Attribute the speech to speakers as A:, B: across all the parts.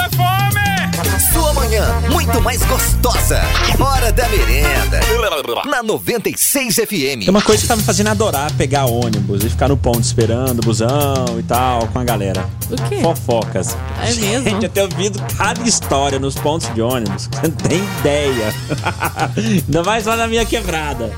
A: a fome!
B: Sua manhã, muito mais gostosa. Hora da merenda. Na 96 FM.
C: Tem uma coisa que tá me fazendo adorar pegar ônibus e ficar no ponto esperando, busão e tal, com a galera.
D: O quê?
C: Fofocas.
D: É mesmo?
C: Gente, eu tenho ouvido cada história nos pontos de ônibus. Você não tem ideia. Ainda mais lá na minha quebrada.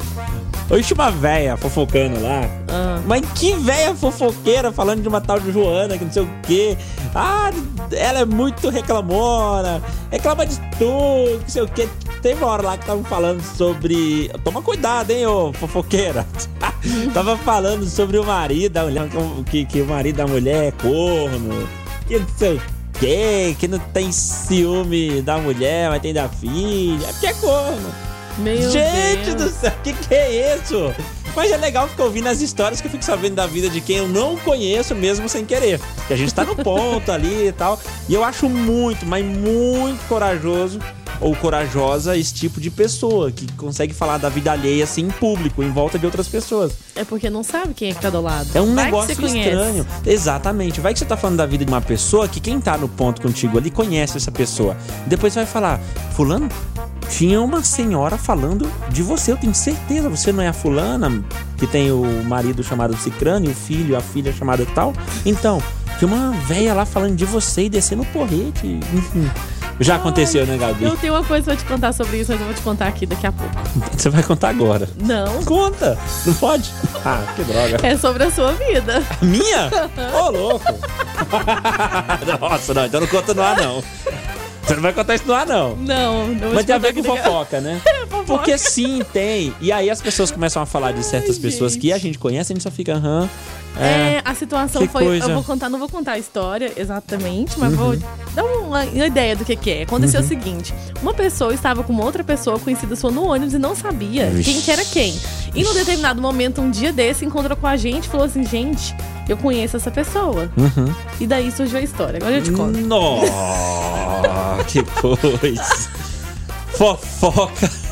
C: Eu tinha uma véia fofocando lá.
D: Ah.
C: Mas que véia fofoqueira falando de uma tal de Joana, que não sei o quê. Ah, ela é muito reclamona, reclama de tudo, que não sei o quê. Teve uma hora lá que estavam falando sobre. Toma cuidado, hein, ô fofoqueira. Tava falando sobre o marido, da mulher, que, que o marido da mulher é corno, que não sei o quê, que não tem ciúme da mulher, mas tem da filha, que é corno.
D: Meu
C: Gente
D: Deus.
C: do céu, que que é isso? Mas é legal ficar ouvindo as histórias que eu fico sabendo da vida de quem eu não conheço mesmo sem querer. Que a gente tá no ponto ali e tal. E eu acho muito, mas muito corajoso ou corajosa esse tipo de pessoa que consegue falar da vida alheia assim em público, em volta de outras pessoas.
D: É porque não sabe quem é que tá do lado.
C: É um
D: Vai
C: negócio
D: que você conhece.
C: estranho. Exatamente. Vai que você tá falando da vida de uma pessoa que quem tá no ponto contigo ali conhece essa pessoa. Depois você vai falar, fulano, tinha uma senhora falando de você, eu tenho certeza. Você não é a fulana que tem o marido chamado Cicrano, e o filho, a filha chamada tal? Então, tinha uma velha lá falando de você e descendo o porrete. Enfim. Já aconteceu, né, Gabi?
D: Eu tenho uma coisa pra te contar sobre isso, mas eu vou te contar aqui daqui a pouco.
C: Você vai contar agora.
D: Não,
C: Conta! Não pode? Ah, que droga.
D: é sobre a sua vida.
C: Minha? Ô, louco! Nossa, não, então não conta no ar, não. Você não vai contar isso no ar, não.
D: Não, não vou
C: Mas
D: te
C: tem a
D: contar
C: ver com
D: aqui daqui a-
C: fofoca, né? Porque sim, tem. E aí as pessoas começam a falar de certas
D: Ai,
C: pessoas
D: gente.
C: que a gente conhece, a gente só fica, aham.
D: É, a situação
C: que
D: foi.
C: coisa. Uhum.
D: Eu vou contar, não vou contar a história exatamente, mas vou dar uma, uma ideia do que, que é. Aconteceu o seguinte: uma pessoa estava com uma outra pessoa conhecida sua no ônibus e não sabia
C: Vixe.
D: quem que era quem. E num determinado momento, um dia desse, encontrou com a gente e falou assim: gente, eu conheço essa pessoa.
C: Uhum.
D: E daí surgiu a história. Agora eu te conto.
C: Nossa, que coisa. fofoca.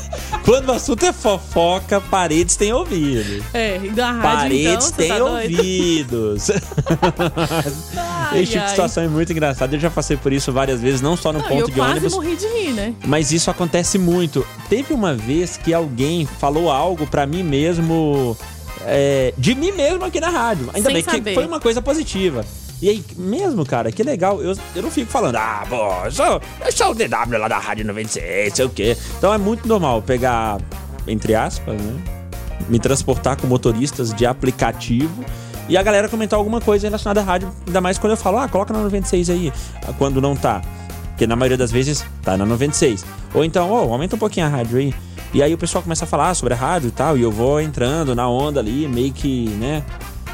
C: Quando o assunto é fofoca, paredes têm ouvido.
D: É, e da rádio.
C: Paredes
D: então, você
C: têm
D: tá doido?
C: ouvidos.
D: Ai,
C: Esse tipo de
D: ai.
C: situação é muito engraçado. Eu já passei por isso várias vezes, não só no
D: Não, e eu
C: ponto de
D: quase
C: ônibus,
D: morri de rir, né?
C: mas isso acontece muito. Teve uma vez que alguém falou algo pra mim mesmo, é, de mim mesmo aqui na rádio. Ainda
D: Sem
C: bem que
D: saber.
C: foi uma coisa positiva. E aí, mesmo, cara, que legal. Eu, eu não fico falando, ah, pô, eu sou, eu sou o DW lá da Rádio 96, sei o quê. Então é muito normal pegar, entre aspas, né? me transportar com motoristas de aplicativo. E a galera comentar alguma coisa relacionada à rádio, ainda mais quando eu falo, ah, coloca na 96 aí, quando não tá. Porque na maioria das vezes tá na 96. Ou então, ô, aumenta um pouquinho a rádio aí. E aí o pessoal começa a falar "Ah, sobre a rádio e tal, e eu vou entrando na onda ali, meio que, né?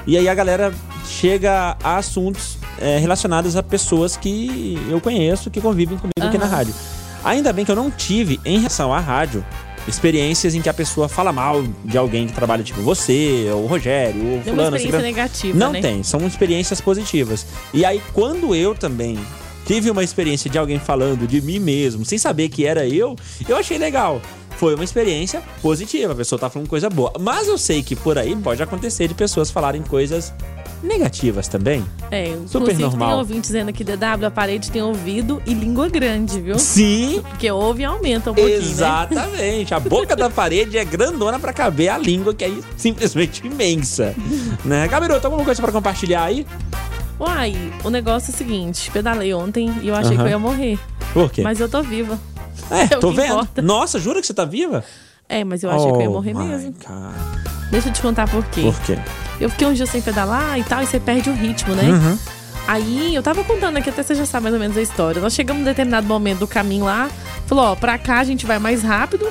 C: E aí a galera chega a assuntos é, relacionados a pessoas que eu conheço, que convivem comigo aqui na
D: Aham.
C: rádio. Ainda bem que eu não tive, em relação à rádio, experiências em que a pessoa fala mal de alguém que trabalha, tipo você, ou o Rogério, ou
D: Deu uma
C: fulano,
D: experiência
C: ciclano.
D: negativa,
C: Não
D: né?
C: tem, são experiências positivas. E aí, quando eu também tive uma experiência de alguém falando de mim mesmo, sem saber que era eu, eu achei legal. Foi uma experiência positiva, a pessoa tá falando coisa boa. Mas eu sei que por aí pode acontecer de pessoas falarem coisas negativas também.
D: É,
C: Super
D: inclusive
C: normal.
D: tem ouvinte dizendo que DW, a parede tem ouvido e língua grande, viu?
C: Sim,
D: Porque ouve e aumenta um pouquinho, né?
C: Exatamente. A boca da parede é grandona pra caber a língua, que é simplesmente imensa. né? Gabiru, tem alguma coisa pra compartilhar aí?
D: Uai, o negócio é o seguinte, pedalei ontem e eu
C: Aham.
D: achei que eu ia morrer,
C: Por quê?
D: mas eu tô viva.
C: é,
D: é o
C: tô
D: que
C: vendo.
D: importa.
C: Nossa, jura que você tá viva?
D: É, mas eu achei que eu ia
C: Oh
D: morrer
C: my
D: mesmo.
C: God.
D: Deixa eu te contar por quê.
C: Por quê?
D: Eu fiquei uns dias sem pedalar e tal, e você perde o ritmo, né?
C: Uhum.
D: Aí eu tava contando aqui, até você já sabe mais ou menos a história. Nós chegamos em determinado momento do caminho lá, falou: ó, pra cá a gente vai mais rápido.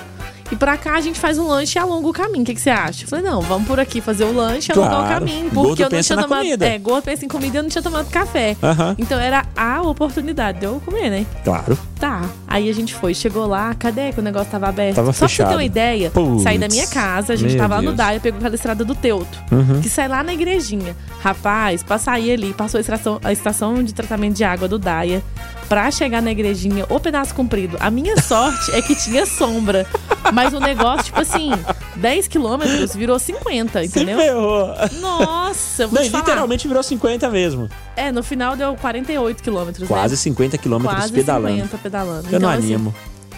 D: E pra cá a gente faz um lanche e alonga o caminho. O que, que você acha? Eu falei, não, vamos por aqui fazer o lanche e alongar
C: Claro.
D: o caminho.
C: Gordo
D: Porque eu não
C: pensa
D: tinha
C: na
D: tomado.
C: comida.
D: É, gordo pensa em comida e eu não tinha tomado café.
C: Aham.
D: Então era a oportunidade de eu comer, né?
C: Claro.
D: tá. Aí a gente foi, chegou lá, cadê que o negócio tava aberto?
C: Tava
D: Só pra
C: fechado.
D: você ter uma ideia,
C: Putz.
D: saí da minha casa, a gente
C: Meu
D: tava lá no
C: Deus. Uhum.
D: Daia, pegou aquela estrada do Teuto, que sai lá na igrejinha. Rapaz, pra sair ali, passou a estação, a estação de tratamento de água do Daia. Pra chegar na igrejinha, o pedaço comprido. A minha sorte é que tinha sombra. Mas o negócio, tipo assim, 10 quilômetros virou 50,
C: Se
D: entendeu?
C: ferrou.
D: Nossa, eu vou
C: Não,
D: te falar.
C: literalmente virou 50 mesmo.
D: É, no final deu 48 quilômetros, né?
C: Quase 50 quilômetros
D: Quase
C: pedalando.
D: 50 pedalando.
C: Eu não
D: Então, assim,
C: animo.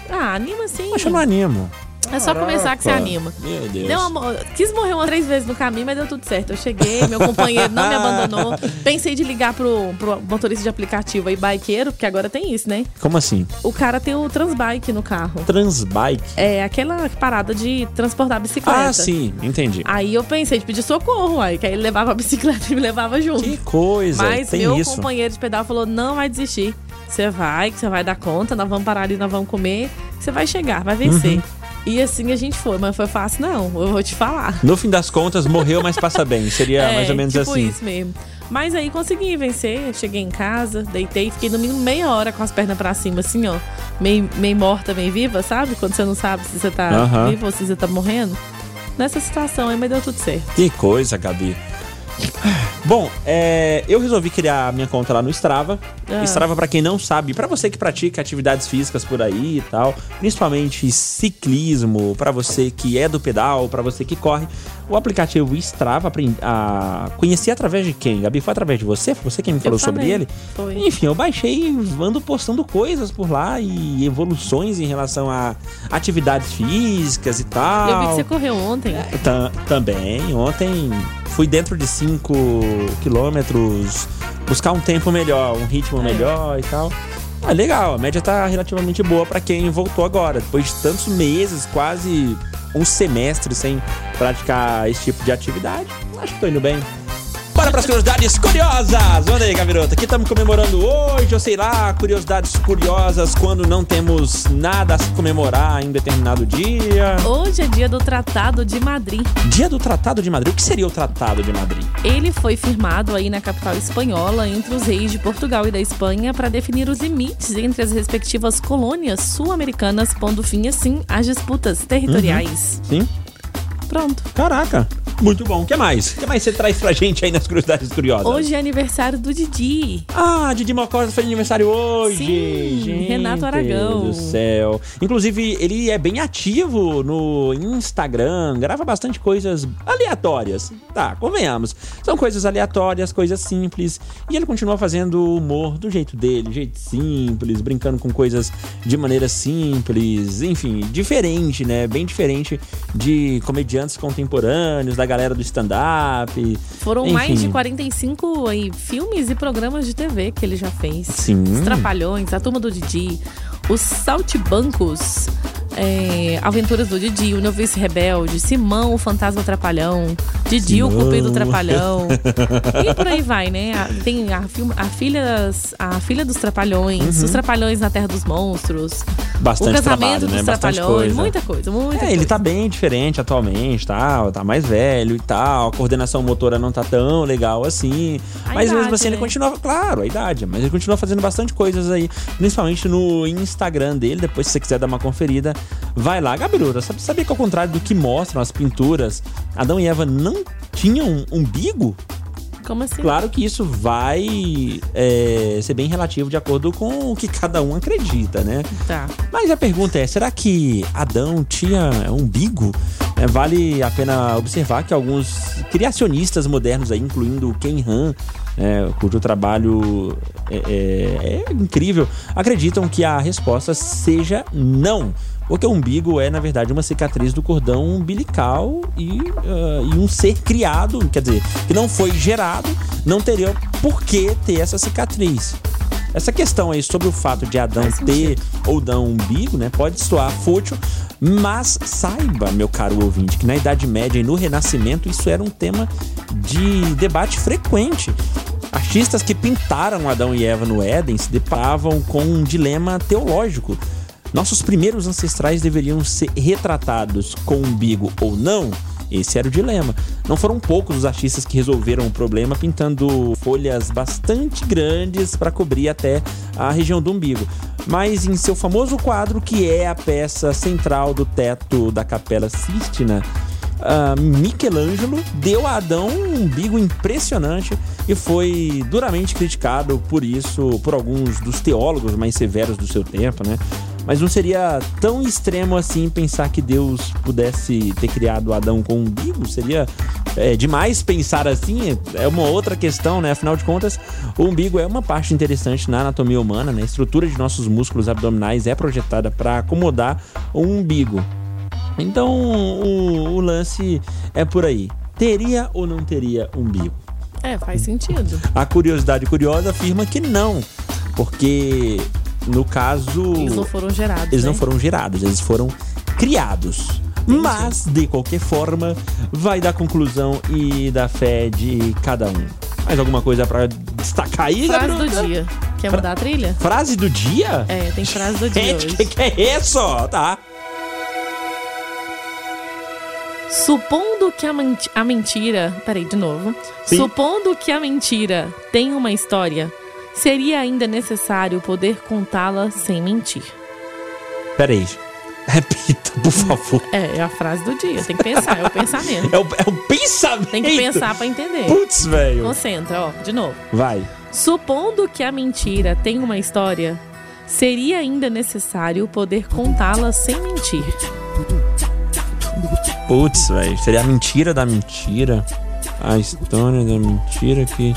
D: ah, anima sim.
C: Acho que eu não animo.
D: É só começar que você anima.
C: Meu Deus.
D: Deu uma, mo- quis morrer umas três vezes no caminho, mas deu tudo certo. Eu cheguei, meu companheiro não me abandonou. Pensei de ligar pro, pro motorista de aplicativo aí, bikeiro, porque agora tem isso, né?
C: Como assim?
D: O cara tem o transbike no carro.
C: Transbike?
D: É aquela parada de transportar a bicicleta.
C: Ah, sim, entendi.
D: Aí eu pensei de pedir socorro, aí, que aí ele levava a bicicleta e me levava junto.
C: Que coisa,
D: Mas
C: é, tem
D: meu
C: isso.
D: companheiro de pedal falou: não vai desistir. Você vai, que você vai dar conta, nós vamos parar ali, nós vamos comer, que você vai chegar, vai vencer.
C: Uhum.
D: E assim a gente foi, mas foi fácil, não, eu vou te falar.
C: No fim das contas, morreu, mas passa bem. Seria mais ou menos
D: tipo
C: assim.
D: isso mesmo. Mas aí consegui vencer, cheguei em casa, deitei, fiquei no mínimo meia hora com as pernas pra cima, assim, ó. Meio, meio morta, meio viva, sabe? Quando você não sabe se você tá
C: Aham.
D: vivo ou se você tá morrendo. Nessa situação aí, mas deu tudo certo.
C: Que coisa, Gabi. Bom, é, eu resolvi criar a minha conta lá no Strava.
D: Ah.
C: Strava, pra quem não sabe, pra você que pratica atividades físicas por aí e tal, principalmente ciclismo, pra você que é do pedal, pra você que corre, o aplicativo Strava, apren- a, conheci através de quem, Gabi? Foi através de você? Foi você quem me falou sobre
D: falei,
C: ele?
D: foi.
C: Enfim, eu baixei e ando postando coisas por lá e evoluções em relação a atividades físicas e tal.
D: Eu vi que você correu ontem.
C: Ta- É. também. Ontem fui dentro de 5 quilômetros buscar um tempo melhor, um ritmo melhor e tal. Ah, legal, a média tá relativamente boa pra quem voltou agora. Depois de tantos meses, quase um semestre sem praticar esse tipo de atividade, acho que tô indo bem. Bora pras curiosidades curiosas! Olha aí, Gabiroto, aqui estamos comemorando hoje, ou sei lá, curiosidades curiosas quando não temos nada a se comemorar em determinado dia.
D: Hoje é dia do Tratado de Madrid.
C: Dia do Tratado de Madrid. O que seria o Tratado de Madrid?
D: Ele foi firmado aí na capital espanhola entre os reis de Portugal e da Espanha para definir os limites entre as respectivas colônias sul-americanas, pondo fim assim às disputas territoriais.
C: Sim.
D: Pronto.
C: Caraca. Muito bom. O que mais? O que mais você traz pra gente aí nas curiosidades curiosas?
D: Hoje é aniversário do Didi.
C: Ah, Didi Mocosa fez aniversário hoje.
D: Sim,
C: gente
D: Renato Aragão.
C: do céu. Inclusive, ele é bem ativo no Instagram, grava bastante coisas aleatórias. Tá, convenhamos. São coisas aleatórias, coisas simples. E ele continua fazendo humor do jeito dele, do jeito simples, brincando com coisas de maneira simples. Enfim, diferente, né? Bem diferente de comediantes contemporâneos, da galera do stand-up.
D: Foram mais
C: Enfim.
D: de 45 aí, filmes e programas de TV que ele já fez.
C: Sim.
D: Os Trapalhões, A Turma do Didi, Os Saltibancos, é, Aventuras do Didi, O Novice Rebelde, Simão, o Fantasma Trapalhão, Didi, o
C: Simão.
D: Cupido Trapalhão. e por aí vai, né? A- Tem a, fil- a, filhas, a Filha dos Trapalhões, Os Trapalhões na Terra dos Monstros,
C: Uhum. Bastante
D: O Casamento
C: trabalho,
D: dos
C: né? Bastante
D: Trapalhões,
C: coisa.
D: muita coisa, muita
C: É,
D: coisa.
C: ele tá bem diferente atualmente, tá? Tá mais velho e tal. A coordenação motora não tá tão legal assim.
D: A
C: mas mesmo
D: idade,
C: assim, ele
D: né?
C: continua. Claro, a idade. Mas ele continua fazendo bastante coisas aí. Principalmente no Instagram dele. Depois, se você quiser dar uma conferida, vai lá. Gabiruda, sabe, sabia que ao contrário do que mostram as pinturas, Adão e Eva não tinham um umbigo?
D: Como assim?
C: Claro que isso vai é, ser bem relativo de acordo com o que cada um acredita, né?
D: Tá.
C: Mas a pergunta é, será que Adão tinha umbigo? É, vale a pena observar que alguns criacionistas modernos, aí, incluindo o Ken Han, é, cujo trabalho é, é- é incrível, acreditam que a resposta seja não. Porque o umbigo é, na verdade, uma cicatriz do cordão umbilical e, ah, e um ser criado, quer dizer, que não foi gerado, não teria por que ter essa cicatriz. Essa questão aí sobre o fato de Adão
D: Faz
C: ter ou não umbigo, né? Pode soar fútil, mas saiba, meu caro ouvinte, que na Idade Média e no Renascimento isso era um tema de debate frequente. Artistas que pintaram Adão e Eva no Éden se deparavam com um dilema teológico. Nossos primeiros ancestrais deveriam ser retratados com um umbigo ou não? Esse era o dilema. Não foram poucos os artistas que resolveram o problema pintando folhas bastante grandes para cobrir até a região do umbigo. mas em seu famoso quadro, que é a peça central do teto da Capela Sistina, ah, Michelangelo deu a Adão um umbigo impressionante e foi duramente criticado por isso por alguns dos teólogos mais severos do seu tempo, né? Mas não seria tão extremo assim pensar que Deus pudesse ter criado Adão com um umbigo? Seria é, demais pensar assim? É uma outra questão, né? Afinal de contas, o umbigo é uma parte interessante na anatomia humana, né? A estrutura de nossos músculos abdominais é projetada para acomodar o umbigo. Então o, o lance é por aí. Teria ou não teria umbigo?
D: É, faz sentido.
C: A curiosidade curiosa afirma que não, porque no caso
D: Eles não foram gerados.
C: eles
D: né?
C: não foram gerados, eles foram criados. Mas, de qualquer forma, vai da conclusão e da fé de cada um. Mais alguma coisa pra destacar aí,
D: Frase do
C: Gabriela?
D: dia. Quer mudar a trilha?
C: Frase do dia?
D: É, tem frase do dia
C: Gente,
D: hoje.
C: que, que é isso? Tá.
D: Supondo que a, menti- a mentira. Peraí, de novo.
C: Sim.
D: Supondo que a mentira tem uma história, seria ainda necessário poder contá-la sem mentir.
C: Peraí. Repita, por favor.
D: É, é a frase do dia. Tem que pensar, é o pensamento.
C: É o, é o pensamento.
D: Tem que pensar pra entender.
C: Putz, velho.
D: Concentra, ó, de novo.
C: Vai.
D: Supondo que a mentira tem uma história, seria ainda necessário poder contá-la sem mentir.
C: Putz, velho. Seria a mentira da mentira. A história da mentira que.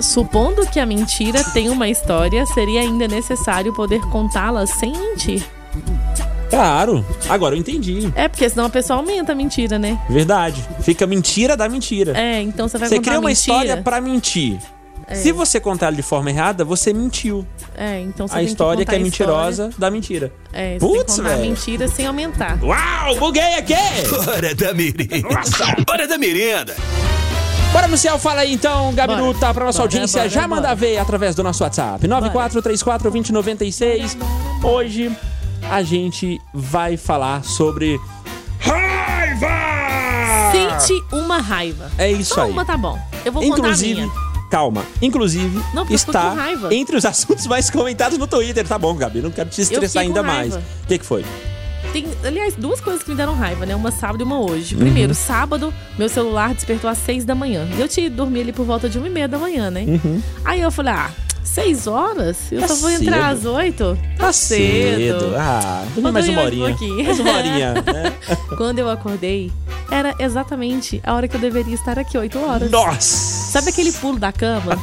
D: Supondo que a mentira tem uma história, seria ainda necessário poder contá-la sem mentir.
C: Claro. Agora eu entendi.
D: É, porque senão a pessoa aumenta a mentira, né?
C: Verdade. Fica a mentira da mentira.
D: É, então você vai
C: você
D: contar
C: cria uma
D: mentira.
C: história pra mentir. Se você contar ela de forma errada, você mentiu.
D: É, então você
C: a
D: tem
C: história que,
D: contar
C: é
D: a história.
C: mentirosa da mentira.
D: É, você
C: Putz,
D: tem que contar a
C: velho.
D: mentira sem aumentar.
C: Uau, buguei aqui!
E: Hora da merenda. Hora da merenda.
C: Bora no céu, fala aí então, Gabiruta,
D: Bora.
C: pra nossa
D: Bora,
C: audiência.
D: bora,
C: já
D: bora.
C: manda ver através do nosso WhatsApp. 94342096. Hoje a gente vai falar sobre. Raiva!
D: Sente uma raiva.
C: Ah. É isso
D: Só
C: aí.
D: uma tá bom. Eu vou contar a
C: Inclusive.
D: minha.
C: Calma, inclusive
D: Não, porque eu fico
C: está
D: com raiva.
C: entre os assuntos mais comentados no Twitter. Tá bom, Gabi, não quero te estressar
D: fico
C: ainda
D: com
C: mais.
D: raiva.
C: O que, que foi?
D: Tem, aliás, duas coisas que me deram raiva, né? Uma sábado e uma hoje.
C: Uhum.
D: Primeiro, sábado, meu celular despertou às seis da manhã. E eu te dormi ali por volta de uma e meia da manhã, né? Aí eu falei, ah, seis horas? Eu
C: Uhum. Tá
D: só vou entrar
C: cedo.
D: às oito? Tá,
C: Ah,
D: Vou
C: mais uma horinha.
D: dormir mais um pouquinho.
C: mais uma horinha. né?
D: Quando eu acordei, era exatamente a hora que eu deveria estar aqui, oito horas.
C: Nossa! Ah,
D: Sabe aquele pulo da cama?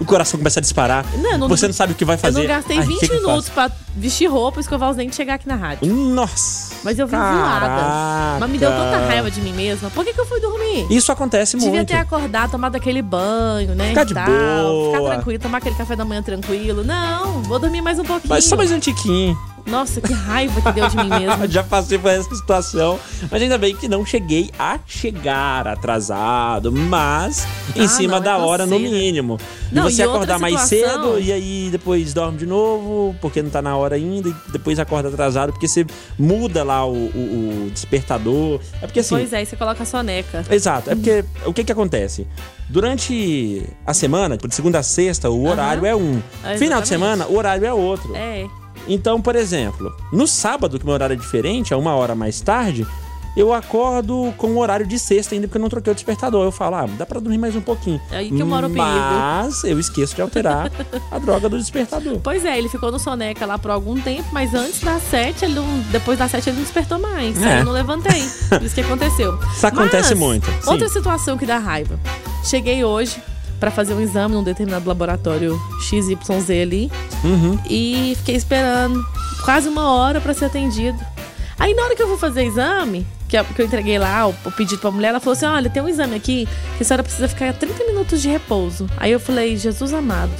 C: O coração começa a disparar.
D: Não, eu não-
C: você não sabe o que vai
D: Eu
C: fazer.
D: não gastei
C: Ai, o
D: 20
C: que que eu
D: minutos pra vestir roupa, escovar os dentes e chegar aqui na rádio.
C: faço? Nossa!
D: Mas eu vim
C: Caraca.
D: zoada. Mas me deu tanta raiva de mim mesma. Por que, que eu fui dormir?
C: Isso acontece
D: Devia
C: muito.
D: ter acordado, tomado aquele banho, né?
C: Ficar
D: e
C: de
D: tal,
C: boa.
D: Ficar tranquilo, tomar aquele café da manhã tranquilo. Não, vou dormir mais um pouquinho.
C: Mas só mais um tiquinho. Ah,
D: Nossa, que raiva que deu de mim mesmo.
C: Já passei por essa situação. Mas ainda bem que não cheguei a chegar atrasado. Mas em
D: Ah,
C: cima
D: não,
C: da
D: é
C: hora, no
D: canseira.
C: mínimo.
D: Não,
C: e você
D: e outra
C: acordar mais
D: situação-
C: cedo e aí depois dorme de novo, porque não tá na hora ainda. E depois acorda atrasado, porque você muda lá o, o- o despertador. É porque assim,
D: Pois é, aí você coloca a soneca.
C: Exato, é porque o que que acontece? Durante a semana, de segunda a sexta, o horário é um.
D: Exatamente.
C: Final de semana, o horário é outro.
D: É.
C: Então, por exemplo, no sábado, que meu horário é diferente, é uma hora mais tarde, eu acordo com o horário de sexta ainda, porque eu não troquei o despertador. Eu falo, ah, dá pra dormir mais um pouquinho.
D: É aí que mora o perigo.
C: Mas eu esqueço de alterar a droga do despertador.
D: Pois é, ele ficou no soneca lá por algum tempo, mas antes das sete, ele não- depois das sete ele não despertou mais.
C: É.
D: Aí eu não levantei. Por isso que aconteceu.
C: Isso acontece muito, sim.
D: Outra situação que dá raiva. Cheguei hoje pra fazer um exame num determinado laboratório XYZ ali.
C: Uhum.
D: E fiquei esperando quase uma hora pra ser atendido. Aí na hora que eu vou fazer exame, que eu, que eu entreguei lá o, o pedido pra mulher, ela falou assim: olha, tem um exame aqui que a senhora precisa ficar 30 minutos de repouso. Aí eu falei, Jesus amado,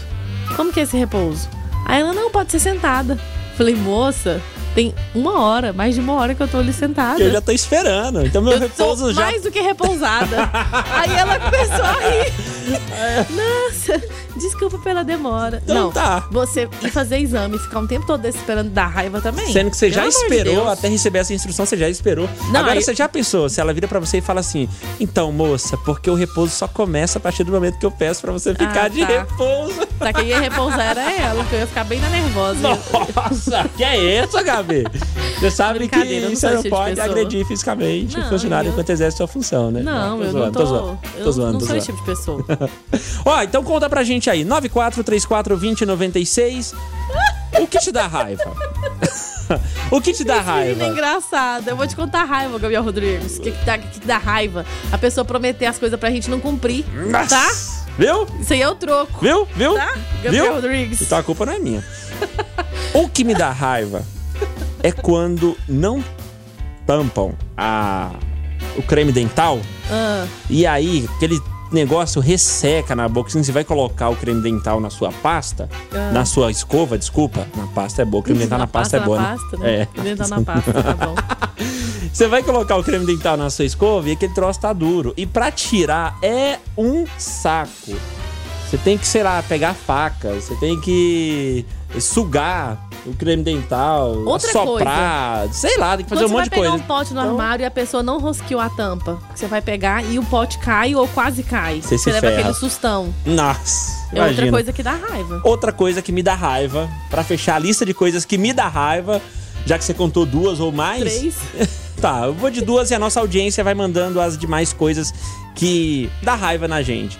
D: como que é esse repouso? Aí ela, não, pode ser sentada. Falei, moça, Tem uma hora, mais de uma hora que eu tô ali sentada.
C: Porque eu já tô esperando. Então meu
D: Eu
C: repouso
D: tô
C: já.
D: mais do que repousada. Aí ela começou a rir. Nossa, desculpa pela demora.
C: É. Então
D: não,
C: tá.
D: Você ir fazer exame, ficar um tempo todo esperando dar raiva também.
C: Sendo que você já
D: Pelo amor de
C: esperou,
D: Deus.
C: até receber essa instrução, você já esperou.
D: Não,
C: Agora
D: aí-
C: você já pensou, se ela vira pra você e fala assim: então, moça, porque o repouso só começa a partir do momento que eu peço pra você ficar de
D: tá.
C: repouso.
D: Pra quem ia repousar era ela, que eu ia ficar bem na nervosa.
C: Nossa, que é isso, Gabi? Você sabe que
D: Brincadeira, eu não
C: você
D: sou
C: não
D: esse tipo de
C: pode
D: pessoa.
C: agredir fisicamente o
D: Não,
C: funcionário
D: eu-
C: enquanto exerce sua função, né?
D: Não, eu
C: zoando,
D: não tô.
C: zoando,
D: eu
C: tô zoando,
D: não
C: tô zoando.
D: sou esse tipo de pessoa.
C: Ó, então conta pra gente aí, 94342096. O que te dá raiva? o que te dá
D: Menina
C: raiva?
D: engraçada. é Eu vou te contar raiva, Gabriel Rodrigues. O que, que, dá, que dá raiva? A pessoa prometer as coisas pra gente não cumprir. Tá?
C: Viu?
D: Isso aí é o troco.
C: Viu? Viu?
D: Tá? Gabriel
C: Viu?
D: Rodrigues.
C: Então a culpa não é minha. o que me dá raiva é quando não tampam a o creme dental
D: Ah,
C: e aí aquele negócio resseca na boca. Assim, você vai colocar o creme dental na sua pasta, na sua escova, desculpa. Na pasta é boa, o creme dental na, pasta, é boa.
D: Ah. na
C: né?
D: pasta, né?
C: É.
D: Inventar na pasta, tá bom.
C: Você vai colocar o creme dental na sua escova e aquele troço tá duro. E pra tirar é um saco. Você tem que, sei lá, pegar faca, você tem que sugar o creme dental,
D: Outra
C: soprar, sei lá, tem que fazer
D: Quando
C: um monte de
D: você vai pegar
C: coisa.
D: um pote no
C: Então-
D: armário e a pessoa não rosqueou a tampa, você vai pegar e o pote cai ou quase cai.
C: Você se
D: leva
C: ferra.
D: aquele sustão.
C: Nossa,
D: É outra
C: imagina.
D: coisa que dá raiva.
C: Outra coisa que me dá raiva, pra fechar a lista de coisas que me dá raiva, já que você contou duas ou mais.
D: Três.
C: Tá, eu vou de duas e a nossa audiência vai mandando as demais coisas que dá raiva na gente.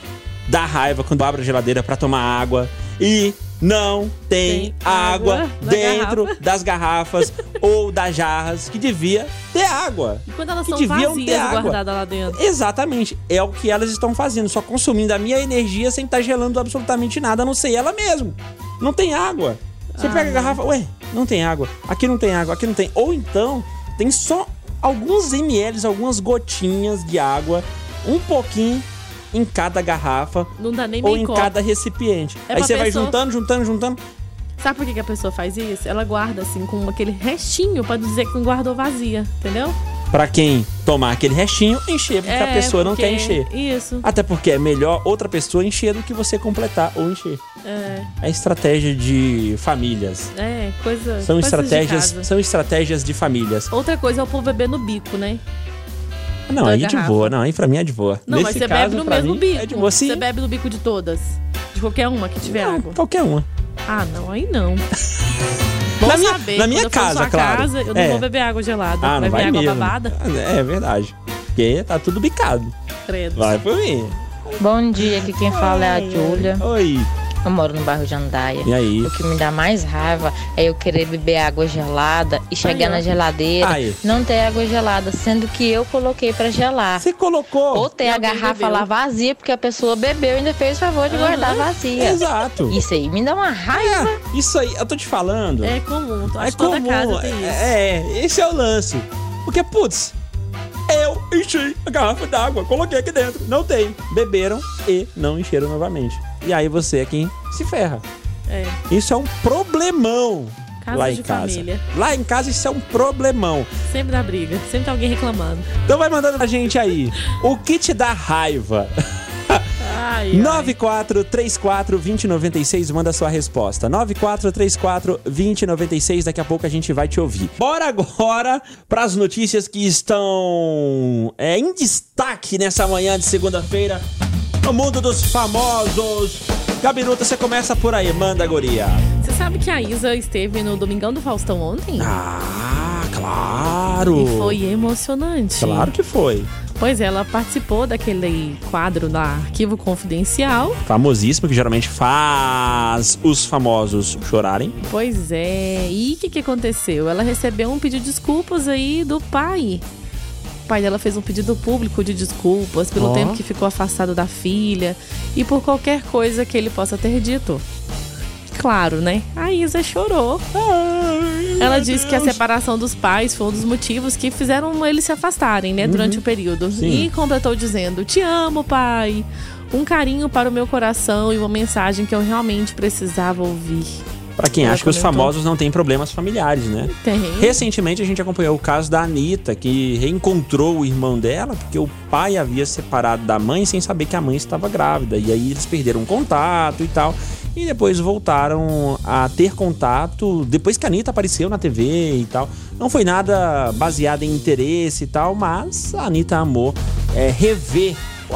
C: Dá raiva quando abre a geladeira pra tomar água e não tem,
D: Tem
C: água,
D: água na
C: dentro
D: garrafa.
C: das garrafas ou das jarras que devia ter água.
D: E quando elas
C: Que
D: são
C: deviam ter
D: vazias e
C: água.
D: guardadas lá dentro?
C: Exatamente, é o que elas estão fazendo, só consumindo a minha energia sem estar gelando absolutamente nada, a não ser ela mesmo. Não tem água. Você
D: Ah.
C: pega a garrafa, ué, não tem água. Aqui não tem água, aqui não tem. Ou então, tem só alguns ml, algumas gotinhas de água, um pouquinho em cada garrafa
D: Não dá nem
C: ou
D: meio
C: em
D: copo.
C: cada recipiente.
D: É
C: Aí
D: pra
C: você vai
D: pessoa-
C: juntando, juntando, juntando.
D: Sabe por que, que a pessoa faz isso? Ela guarda, assim, com aquele restinho pra dizer que não guardou vazia, entendeu?
C: Pra quem tomar aquele restinho, encher, porque a pessoa não
D: É, porque-
C: quer encher.
D: Isso.
C: Até porque é melhor outra pessoa encher do que você completar ou encher.
D: É,
C: a estratégia de famílias.
D: é coisa.
C: São
D: coisas de
C: estratégias,
D: casa.
C: são estratégias de famílias.
D: Outra coisa é o povo beber no bico, né?
C: Não,
D: Da
C: aí de
D: garrafa.
C: boa, não, aí pra mim é de boa.
D: Não, mas você bebe no
C: pra
D: mesmo
C: mim,
D: bico.
C: É de boa, sim.
D: Você bebe no bico de todas. De qualquer uma que tiver
C: Não,
D: água.
C: qualquer uma.
D: Ah, não, aí não. Bom
C: Na minha-
D: saber.
C: na minha
D: quando eu for
C: casa,
D: sua
C: claro.
D: casa, eu não
C: É.
D: vou beber água gelada.
C: Ah, não
D: vai
C: vai
D: vir água
C: mesmo.
D: babada?
C: Ah, É verdade. Porque tá tudo bicado.
D: Credo.
C: Vai por mim.
F: Bom dia, aqui quem fala é a Júlia.
C: Oi.
F: Eu moro no bairro de Jandaia.
C: E aí?
F: O que me dá mais raiva é eu querer beber água gelada e
D: Aí,
F: chegar
D: ó.
F: na geladeira,
C: Aí.
F: não ter água gelada, sendo que eu coloquei pra gelar.
C: Você colocou.
F: Ou ter
D: E
F: a
D: alguém
F: garrafa
D: bebeu.
F: lá vazia, porque a pessoa bebeu e ainda fez o favor de guardar vazia.
C: Exato.
F: Isso aí me dá uma raiva.
C: É, isso aí, eu tô te falando.
D: É comum. Acho
C: É
D: que toda
C: comum.
D: casa tem isso.
C: é, é, esse é o lance. Porque, putz, eu enchi a garrafa d'água, coloquei aqui dentro, não tem. Beberam e não encheram novamente. E aí você é quem se ferra.
D: É.
C: Isso é um problemão
D: Casos
C: lá em
D: de
C: casa.
D: família.
C: Lá em casa isso é um problemão.
D: Sempre dá briga. Sempre tá alguém reclamando.
C: Então vai mandando pra gente aí. O que te dá raiva?
D: Ai, ai.
C: 9434 2096, manda sua resposta. 9434 2096, daqui a pouco a gente vai te ouvir. Bora agora para as notícias que estão é, em destaque nessa manhã de segunda-feira. No mundo dos famosos. Gabiruta, você começa por aí, manda, guria.
D: Você sabe que a Isa esteve no Domingão do Faustão ontem?
C: Ah, claro.
D: E foi emocionante.
C: Claro que foi.
D: Pois é, ela participou daquele quadro lá, Arquivo Confidencial.
C: Famosíssimo, que geralmente faz os famosos chorarem.
D: Pois é. E o que, que aconteceu? Ela recebeu um pedido de desculpas aí do pai. O pai dela fez um pedido público de desculpas pelo
C: Ó.
D: tempo que ficou afastado da filha e por qualquer coisa que ele possa ter dito. Claro, né? A Isa chorou. Ela disse que a separação dos pais foi um dos motivos que fizeram eles se afastarem, né, durante o período.
C: Uhum. Sim.
D: E completou dizendo: Te amo, pai. Um carinho para o meu coração e uma mensagem que eu realmente precisava ouvir.
C: Pra quem
D: Ela
C: acha que os
D: comentou.
C: famosos não têm problemas familiares, né?
D: Tem.
C: Recentemente a gente acompanhou o caso da Anitta, que reencontrou o irmão dela porque o pai havia separado da mãe sem saber que a mãe estava grávida. E aí eles perderam um contato e tal. E depois voltaram a ter contato depois que a Anitta apareceu na TV e tal. Não foi nada baseado em interesse e tal, mas a Anitta amou é, rever,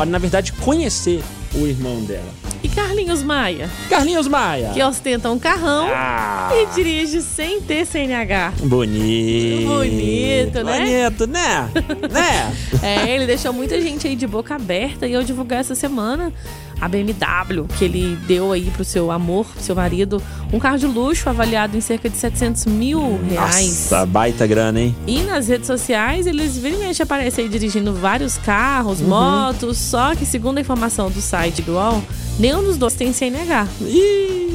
C: na verdade, conhecer o irmão dela.
D: E Carlinhos Maia,
C: Carlinhos Maia!
D: que ostenta um carrão
C: Ah.
D: e dirige sem ter CNH.
C: Bonito.
D: Bonito, né?
C: Bonito, né? né?
D: É, ele deixou muita gente aí de boca aberta e eu divulgar essa semana a BMW que ele deu aí pro seu amor, pro seu marido, um carro de luxo avaliado em cerca de 700 mil reais.
C: Nossa, baita grana, hein?
D: E nas redes sociais eles vira e mexe aparecem aí dirigindo vários carros,
C: Uhum.
D: motos, só que segundo a informação do site Glow, nenhum dos dois tem CNH.
C: Ih,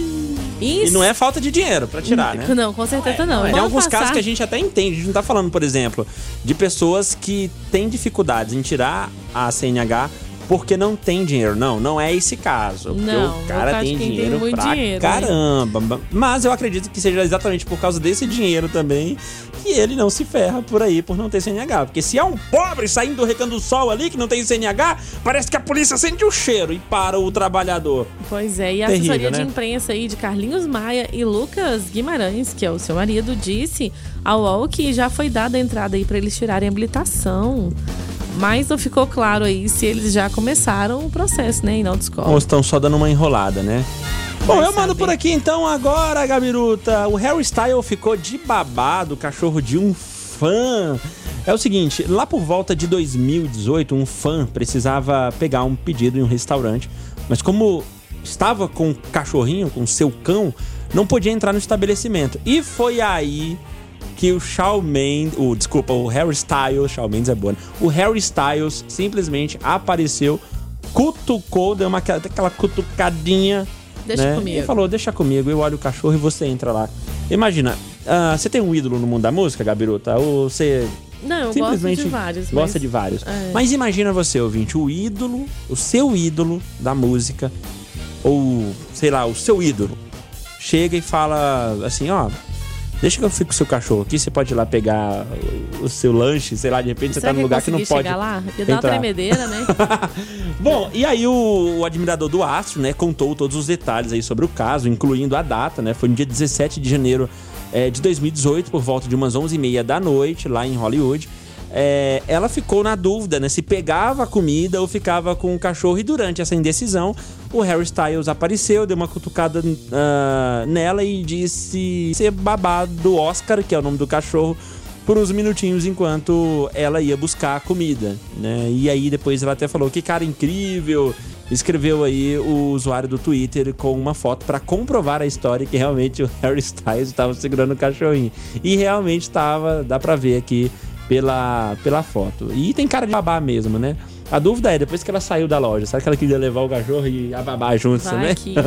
D: E,
C: E não é falta de dinheiro pra tirar, né?
D: Não, com certeza não.
C: Tem
D: Vamos
C: alguns
D: passar-
C: casos que a gente até entende. A gente não tá falando, por exemplo, de pessoas que têm dificuldades em tirar a CNH porque não tem dinheiro. Não, não é esse caso. Porque
D: Não,
C: o
D: no
C: cara
D: caso
C: tem
D: de quem tem
C: dinheiro
D: muito
C: pra
D: dinheiro, né?
C: caramba. Mas eu acredito que seja exatamente por causa desse dinheiro também que ele não se ferra por aí por não ter CNH. Porque se é um pobre saindo do Recanto do Sol ali que não tem CNH, parece que a polícia sente o cheiro e para o trabalhador.
D: Pois é, e a
C: Terrível,
D: assessoria de
C: né?
D: imprensa aí de Carlinhos Maia e Lucas Guimarães, que é o seu marido, disse ao UOL que já foi dada a entrada aí para eles tirarem a habilitação. Mas não ficou claro aí se eles já começaram o processo, né? E não
C: Ou
D: descolam.
C: estão só dando uma enrolada, né? Bom, eu mando por aqui então agora, Gabiruta. O Harry Style ficou de babado, cachorro de um fã. É o seguinte, lá por volta de 2018, um fã precisava pegar um pedido em um restaurante, mas como estava com o cachorrinho, com o seu cão, não podia entrar no estabelecimento. E foi aí que o Shawn Mendes, o, desculpa, o Harry Styles, Shawn Mendes é bom, né? o Harry Styles simplesmente apareceu, cutucou, deu uma, aquela- aquela cutucadinha.
D: Deixa
C: né?
D: comigo.
C: E falou, deixa comigo, eu olho o cachorro e você entra lá. Imagina, ah, você tem um ídolo no mundo da música, Gabiruta? Ou você
D: Não, eu gosto
C: simplesmente
D: de vários. mas- é.
C: gosta de vários. Mas imagina você, ouvinte, o ídolo, o seu ídolo da música, ou sei lá, o seu ídolo, chega e fala assim: ó, deixa que eu fico com o seu cachorro aqui, você pode ir lá pegar o seu lanche, sei lá, de repente você
D: Será
C: tá num lugar
D: eu
C: que não
D: consegui
C: pode.
D: chegar lá? Ia dar uma
C: entrar.
D: tremedeira, né?
C: Bom, e aí o, o admirador do Astro, né, contou todos os detalhes aí sobre o caso, incluindo a data, né? Foi no dia 17 de janeiro eh, de 2018, por volta de umas 11h30 da noite, lá em Hollywood. Eh, ela ficou na dúvida, né? Se pegava a comida ou ficava com o cachorro. E durante essa indecisão, o Harry Styles apareceu, deu uma cutucada ah, nela e disse ser babado do Oscar, que é o nome do cachorro, por uns minutinhos enquanto ela ia buscar a comida, né? E aí depois ela até falou que cara incrível, escreveu aí o usuário do Twitter com uma foto pra comprovar a história que realmente o Harry Styles estava segurando o cachorrinho. E realmente estava, dá pra ver aqui pela, pela foto. E tem cara de babá mesmo, né? A dúvida é, depois que ela saiu da loja, será que ela queria levar o cachorro e a babá junto,
D: Vai
C: né?
D: que, né?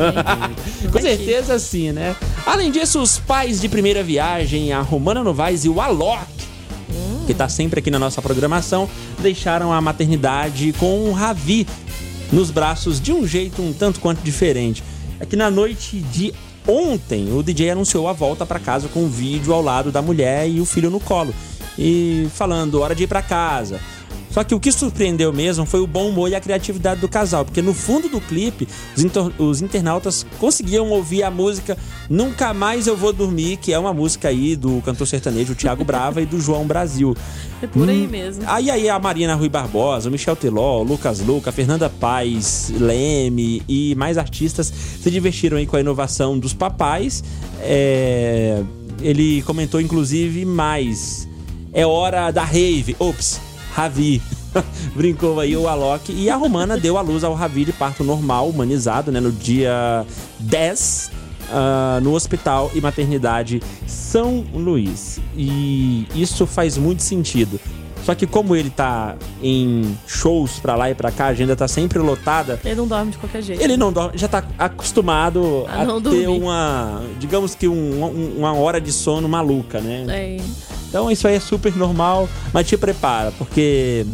C: Com
D: Vai que.
C: certeza sim, né? Além disso, os pais de primeira viagem, a Romana Novaes e o Alok, que tá sempre aqui na nossa programação, deixaram a maternidade com o Ravi nos braços de um jeito um tanto quanto diferente. É que na noite de ontem, o DJ anunciou a volta pra casa com um vídeo ao lado da mulher e o filho no colo. E falando, hora de ir pra casa. Só que o que surpreendeu mesmo foi o bom humor e a criatividade do casal, porque no fundo do clipe, os, inter- os internautas conseguiam ouvir a música Nunca Mais Eu Vou Dormir, que é uma música aí do cantor sertanejo Thiago Brava e do João Brasil.
D: É por
C: Hum.
D: aí mesmo.
C: Aí aí a Marina Rui Barbosa, o Michel Teló, o Lucas Luca, a Fernanda Paz, Leme e mais artistas se divertiram aí com a inovação dos papais. É, Ele comentou inclusive mais. É hora da rave. Ops, Ravi. Brincou aí o Alok. E a Romana deu à luz ao Ravi de parto normal, humanizado, né? No dia 10 ah, no Hospital e Maternidade São Luís. E isso faz muito sentido. Só que como ele tá em shows pra lá e pra cá, a agenda tá sempre lotada,
D: Ele não dorme de qualquer jeito.
C: ele não dorme, já tá acostumado
D: A
C: a,
D: não
C: ter
D: dormir.
C: uma, digamos que um- um- uma hora de sono maluca, né?
D: É.
C: Então isso aí é super normal, mas te prepara, porque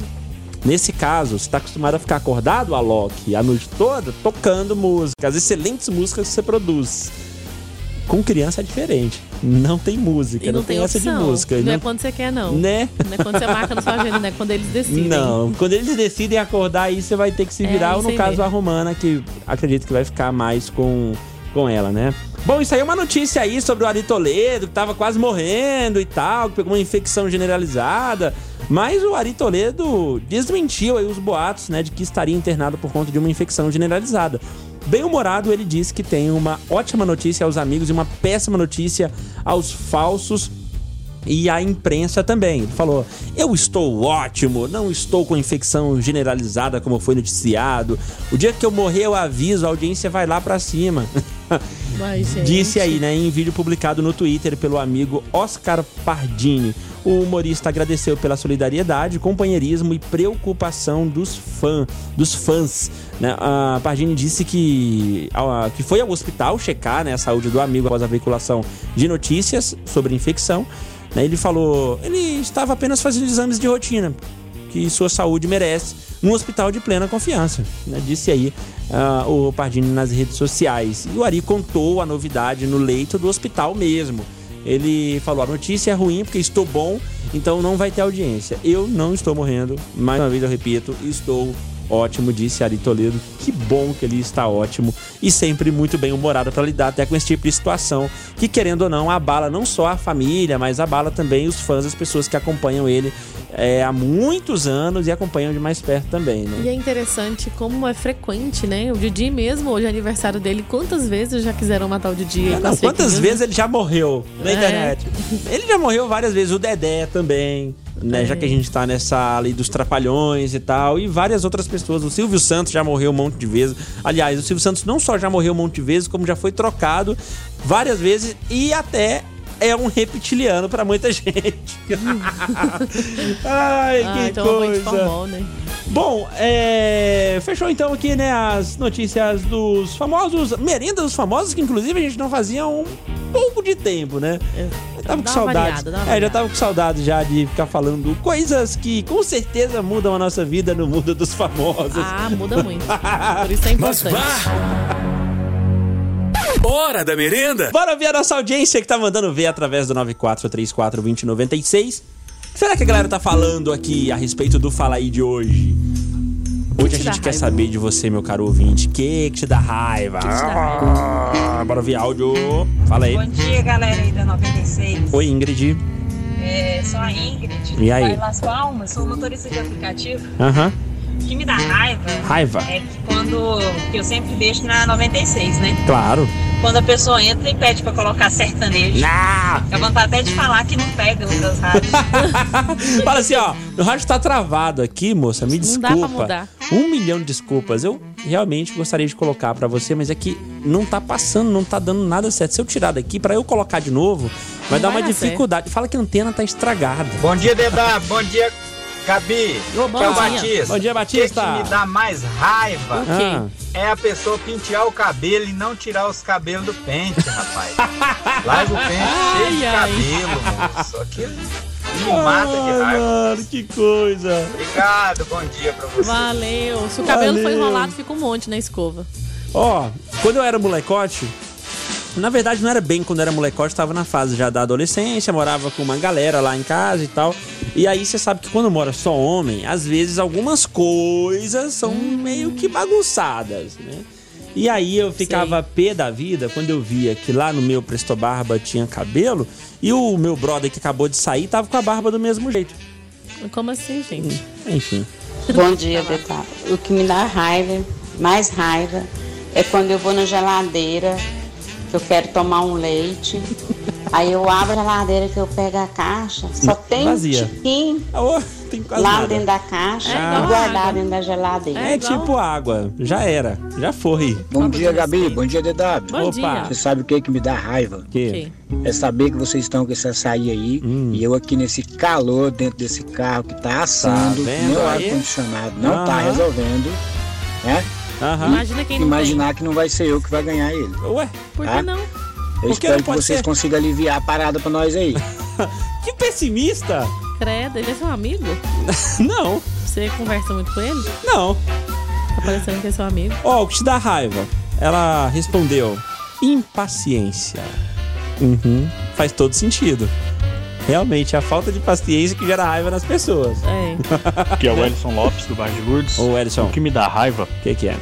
C: nesse caso, você tá acostumado a ficar acordado, Alok, a noite toda, tocando músicas, excelentes músicas que você produz. Com criança é diferente. Não tem música,
D: E
C: não,
D: não
C: tem,
D: tem
C: essa de
D: opção.
C: música.
D: Não,
C: Não-
D: é quando você quer, não.
C: Né?
D: Não é quando você marca na sua agenda, né? Quando eles decidem.
C: Não, quando eles decidem acordar, aí você vai ter que se
D: É,
C: virar, ou
D: isso
C: no
D: aí
C: caso
D: mesmo.
C: a Romana, que acredito que vai ficar mais com, com ela, né? Bom, isso aí é uma notícia aí sobre o Ari Toledo, que tava quase morrendo e tal, que pegou uma infecção generalizada. Mas o Ari Toledo desmentiu aí os boatos, né, de que estaria internado por conta de uma infecção generalizada. Bem-humorado, ele disse que tem uma ótima notícia aos amigos e uma péssima notícia aos falsos e a imprensa também. Ele falou: Eu estou ótimo, não estou com infecção generalizada como foi noticiado. O dia que eu morrer, eu aviso, a audiência vai lá pra cima.
D: Vai, gente.
C: Disse aí, né, em vídeo publicado no Twitter pelo amigo Oscar Pardini. O humorista agradeceu pela solidariedade, companheirismo e preocupação dos, fã, dos fãs. Né? A Pardini disse que, a- que foi ao hospital checar né, a saúde do amigo após a veiculação de notícias sobre infecção. Né? Ele falou: ele estava apenas fazendo exames de rotina que sua saúde merece num hospital de plena confiança, né? disse aí ah, o Pardini nas redes sociais. E o Ari contou a novidade no leito do hospital mesmo. Ele falou: a notícia é ruim porque estou bom, então não vai ter audiência. Eu não estou morrendo, mais uma vez eu repito, estou ótimo, disse Ari Toledo. Que bom que ele está ótimo e sempre muito bem humorado para lidar até com esse tipo de situação que, querendo ou não, abala não só a família, mas abala também os fãs, as pessoas que acompanham ele é, há muitos anos e acompanham de mais perto também, né?
D: E é interessante como é frequente, né? O Didi mesmo, hoje é aniversário dele, quantas vezes já quiseram matar o Didi?
C: Ah,
D: com
C: não,
D: as fake
C: quantas
D: news?
C: vezes ele já morreu na
D: É.
C: internet? Ele já morreu várias vezes, o Dedé também,
D: É.
C: né? Já que a gente tá nessa lei dos trapalhões e tal, e várias outras pessoas. O Silvio Santos já morreu um monte de vezes. Aliás, o Silvio Santos não só já morreu um monte de vezes, como já foi trocado várias vezes e até é um reptiliano pra muita gente. Ai,
D: Ah,
C: que
D: então é uma mãe de
C: coisa.
D: formal, né?
C: Bom, é, fechou então aqui, né, as notícias dos famosos, merenda dos famosos, que inclusive a gente não fazia há um pouco de tempo, né? Eu tava com
D: É. Dá uma
C: saudade.
D: variada, dá uma
C: É, já
D: variada.
C: tava com saudade já de ficar falando coisas que com certeza mudam a nossa vida no mundo dos famosos.
D: Ah, muda muito. Por isso é
E: Mas
D: importante.
E: vá! Hora da merenda!
C: Bora ver a nossa audiência que tá mandando ver através do 94342096. O que Será que a galera tá falando aqui a respeito do Fala aí de hoje? Hoje a
D: te dá
C: gente quer
D: raiva?
C: saber de você, meu caro ouvinte. O que, que te dá raiva? Ah, bora ouvir áudio. Fala aí.
G: Bom dia, galera aí da 96.
C: Oi, Ingrid.
G: É, sou a Ingrid.
C: E aí?
G: Vai Las Palmas, sou motorista de aplicativo.
C: Aham.
G: O que me dá raiva
C: Raiva.
G: é que quando. que eu sempre vejo na 96, né?
C: Claro.
G: Quando a pessoa entra e pede pra colocar sertanejo.
C: Ah!
G: Dá vontade até de falar que não pega das rádios.
C: Fala assim, ó. Meu rádio tá travado aqui, moça. Me
D: Não dá
C: desculpa.
D: pra mudar.
C: Um milhão de desculpas. Eu realmente gostaria de colocar pra você, mas é que não tá passando, não tá dando nada certo. Se eu tirar daqui, pra eu colocar de novo, vai
D: Não
C: dar uma
D: vai dar certo.
C: dificuldade. Fala que a antena tá estragada.
H: Bom dia, Dedá. Bom dia, Gabi.
D: Ô, bom
H: Que é o
D: dia.
H: Batista.
C: Bom dia, Batista.
H: O que que me dá mais raiva
C: Ah,
H: é a pessoa pintear o cabelo e não tirar os cabelos do pente, rapaz. Larga o pente cheio de
D: Ai, ai.
H: cabelo, moço. Aquilo me mata de
C: Ah,
H: raiva.
C: mano, que coisa.
H: Obrigado, bom dia pra você.
D: Valeu. Se o cabelo foi
C: Valeu.
D: enrolado, fica um monte na escova.
C: Ó, quando eu era molecote, na verdade não era bem quando eu era molecote, tava na fase já da adolescência, morava com uma galera lá em casa e tal. E aí você sabe que quando mora só homem, às vezes algumas coisas são meio que bagunçadas, né? E aí eu ficava pé da vida quando eu via que lá no meu Presto Barba tinha cabelo e o meu brother que acabou de sair tava com a barba do mesmo jeito.
D: Como assim, gente?
C: Enfim.
F: Bom dia, Detá. O que me dá raiva, mais raiva, é quando eu vou na geladeira, que eu quero tomar um leite. Aí eu abro a geladeira que eu pego a caixa, só tem um
C: Vazia.
F: tiquinho
C: Ah, ô, tem quase
F: lá
C: nada.
F: dentro da caixa
D: É, igual
F: e
D: a água.
F: guardado dentro da geladeira.
D: É
C: É
D: igual-
C: tipo água, já era, já foi.
I: Bom dia, Gabi. Bom dia, DW.
D: Bom
C: Opa.
D: dia.
I: Você sabe o que, que me dá raiva?
C: Que?
D: Ok.
I: É saber que vocês estão com essa açaí aí
C: Hum.
I: e eu aqui nesse calor dentro desse carro que tá assando,
C: vendo
I: meu
C: aí?
I: ar-condicionado não tá
C: Aham.
I: resolvendo, né?
C: Aham.
D: Imagina quem não
I: Imaginar que não vai ser eu que vai ganhar ele.
C: Ué,
D: tem. Por que
I: tá?
D: não?
I: Eu
C: Por que não
I: espero que
C: pode
I: vocês
C: ser?
I: consigam aliviar a parada pra nós aí.
C: que pessimista!
D: Credo, ele é seu amigo?
C: Não,
D: Você conversa muito com ele?
C: não.
D: Tá parecendo que é seu amigo.
C: Ó, o que te dá raiva? Ela respondeu: impaciência. Uhum. Faz todo sentido. Realmente, é a falta de paciência que gera raiva nas pessoas.
D: É.
J: Que é o Edson Lopes, do Bairro de Lourdes.
C: Ô, Edson,
J: O que me dá raiva,
C: o que, que é?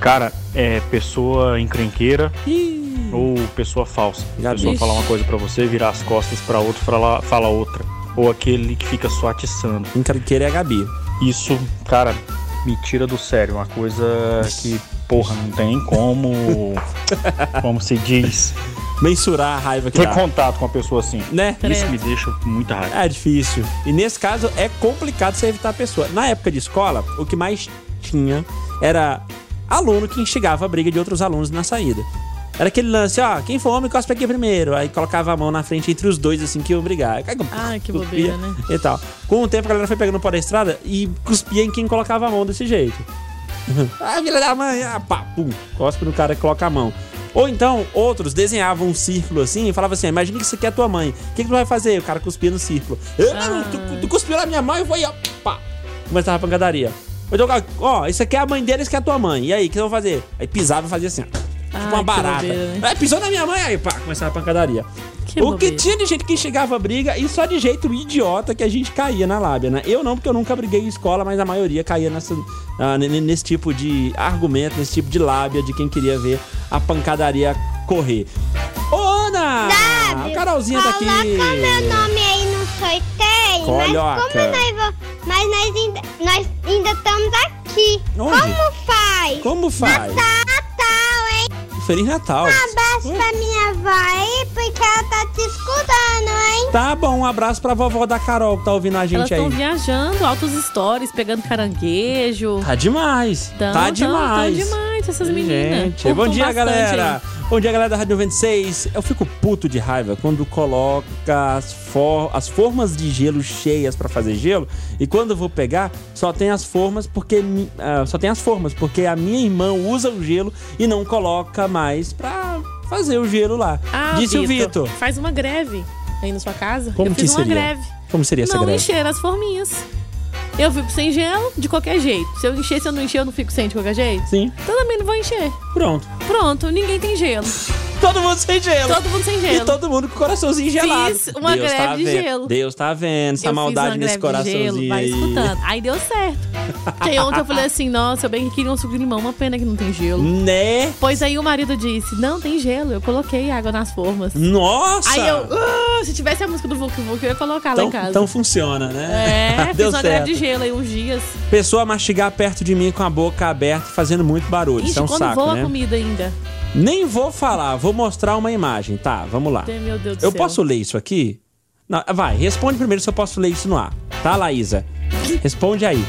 J: cara, é pessoa encrenqueira
C: Ih,
J: ou pessoa falsa.
C: Já
J: A pessoa
C: vi.
J: falar uma coisa pra você, virar as costas pra outro, falar, falar outra. Ou aquele que fica só atiçando.
C: encrenqueira é a Gabi.
J: Isso, cara, me tira do sério. Uma coisa que, porra, não tem como. como se diz.
C: Mensurar a raiva que
J: Ter
C: dá.
J: contato com uma pessoa assim.
C: Né?
J: Isso me deixa com muita raiva.
C: É difícil. E nesse caso é complicado você evitar a pessoa. Na época de escola, o que mais tinha era aluno que instigava a briga de outros alunos na saída. Era aquele lance, ó, quem for homem cospe aqui primeiro. Aí colocava a mão na frente entre os dois, assim, que iam brigar.
D: Ai, que bobeira, né?
C: E tal. Com o tempo, a galera foi pegando para a estrada e cuspia em quem colocava a mão desse jeito. ah, filha da mãe, ah, pá, pum, cospe no cara que coloca a mão. Ou então, outros desenhavam um círculo assim e falavam assim: imagina que isso aqui é a tua mãe. O que, que tu vai fazer? O cara cuspia no círculo. Eu, não,
D: Ah.
C: tu, tu cuspiu na minha mão, eu vou aí, ó, pá. Começava a pancadaria. Ou Então, ó, isso aqui é a mãe dele, isso aqui é a tua mãe. E aí, o que eu vou fazer? Aí pisava e fazia assim, ó.
D: Ai,
C: Tipo uma
D: que
C: barata.
D: bobeira, né?
C: Aí pisou na minha mãe, aí pá, começava a pancadaria.
D: Que
C: o que
D: bobeira.
C: tinha de gente que chegava a briga e só de jeito idiota que a gente caía na lábia, né? Eu não, porque eu nunca briguei em escola, mas a maioria caía nessa, ah, n- n- nesse tipo de argumento, nesse tipo de lábia de quem queria ver a pancadaria correr. Ô, Ana! a Carolzinha tá aqui.
K: Coloca meu nome aí no sorteio,
C: Coloca.
K: mas como nós vamos. Mas nós ainda, nós ainda estamos aqui.
C: Onde?
K: Como faz?
C: Como faz?
K: Natal, hein?
C: Feliz Natal.
K: Um abraço pra minha avó aí, porque ela tá te escutando, né? hein?
C: Tá bom, um abraço pra vovó da Carol que tá ouvindo a
D: Elas
C: gente
D: estão
C: aí.
D: viajando, altos stories, pegando caranguejo.
C: Tá demais.
D: Tão,
C: tá
D: tão,
C: demais.
D: Tão demais essas meninas.
C: Gente, é bom
D: Curtam
C: dia,
D: bastante
C: galera.
D: aí.
C: Bom dia, galera da Rádio 96. Eu fico puto de raiva quando coloca as, for- as formas de gelo cheias pra fazer gelo e quando eu vou pegar só tem as formas porque mi- ah, só tem as formas porque a minha irmã usa o gelo e não coloca mais pra fazer o gelo lá.
D: Ah,
C: Disse o Vitor.
D: Faz uma greve aí na sua casa.
C: Como
D: Eu
C: que
D: fiz uma
C: seria?
D: greve.
C: Como seria essa
D: não
C: greve?
D: encher as forminhas. Eu fico sem gelo de qualquer jeito. Se eu encher, se eu não encher, eu não fico sem de qualquer jeito.
C: Sim,
D: Então também não vou encher.
C: pronto.
D: Pronto, ninguém tem gelo.
C: Todo mundo sem gelo.
D: Todo mundo sem gelo.
C: E todo mundo com o coraçãozinho gelado. tá
D: Fiz uma greve de
C: vendo.
D: gelo.
C: Deus tá vendo essa
D: Eu fiz
C: maldade
D: uma
C: nesse
D: greve de
C: coraçãozinho.
D: gelo, Vai
C: aí.
D: escutando. Aí deu certo. Porque aí ontem eu falei assim, nossa, eu bem que queria um suco de limão, uma pena que não tem gelo.
C: Né?
D: Pois aí o marido disse, não, tem gelo, eu coloquei água nas formas.
C: Nossa!
D: Aí eu, "Ah, se tivesse a música do Vuk Vuk, eu ia colocar lá
C: então,
D: em casa.
C: então funciona, né?
D: É,
C: Deu
D: fiz uma
C: certo.
D: greve de gelo aí uns dias.
C: Pessoa mastigar perto de mim com a boca aberta, fazendo muito barulho.
D: Ixi,
C: Isso é um
D: quando
C: saco,
D: voa
C: né?
D: a comida ainda.
C: Nem vou falar, vou mostrar uma imagem. Tá, vamos lá.
D: Meu Deus do
C: Eu
D: céu.
C: posso ler isso aqui? Não, vai, responde primeiro se eu posso ler isso no ar. Tá, Laísa? Responde aí.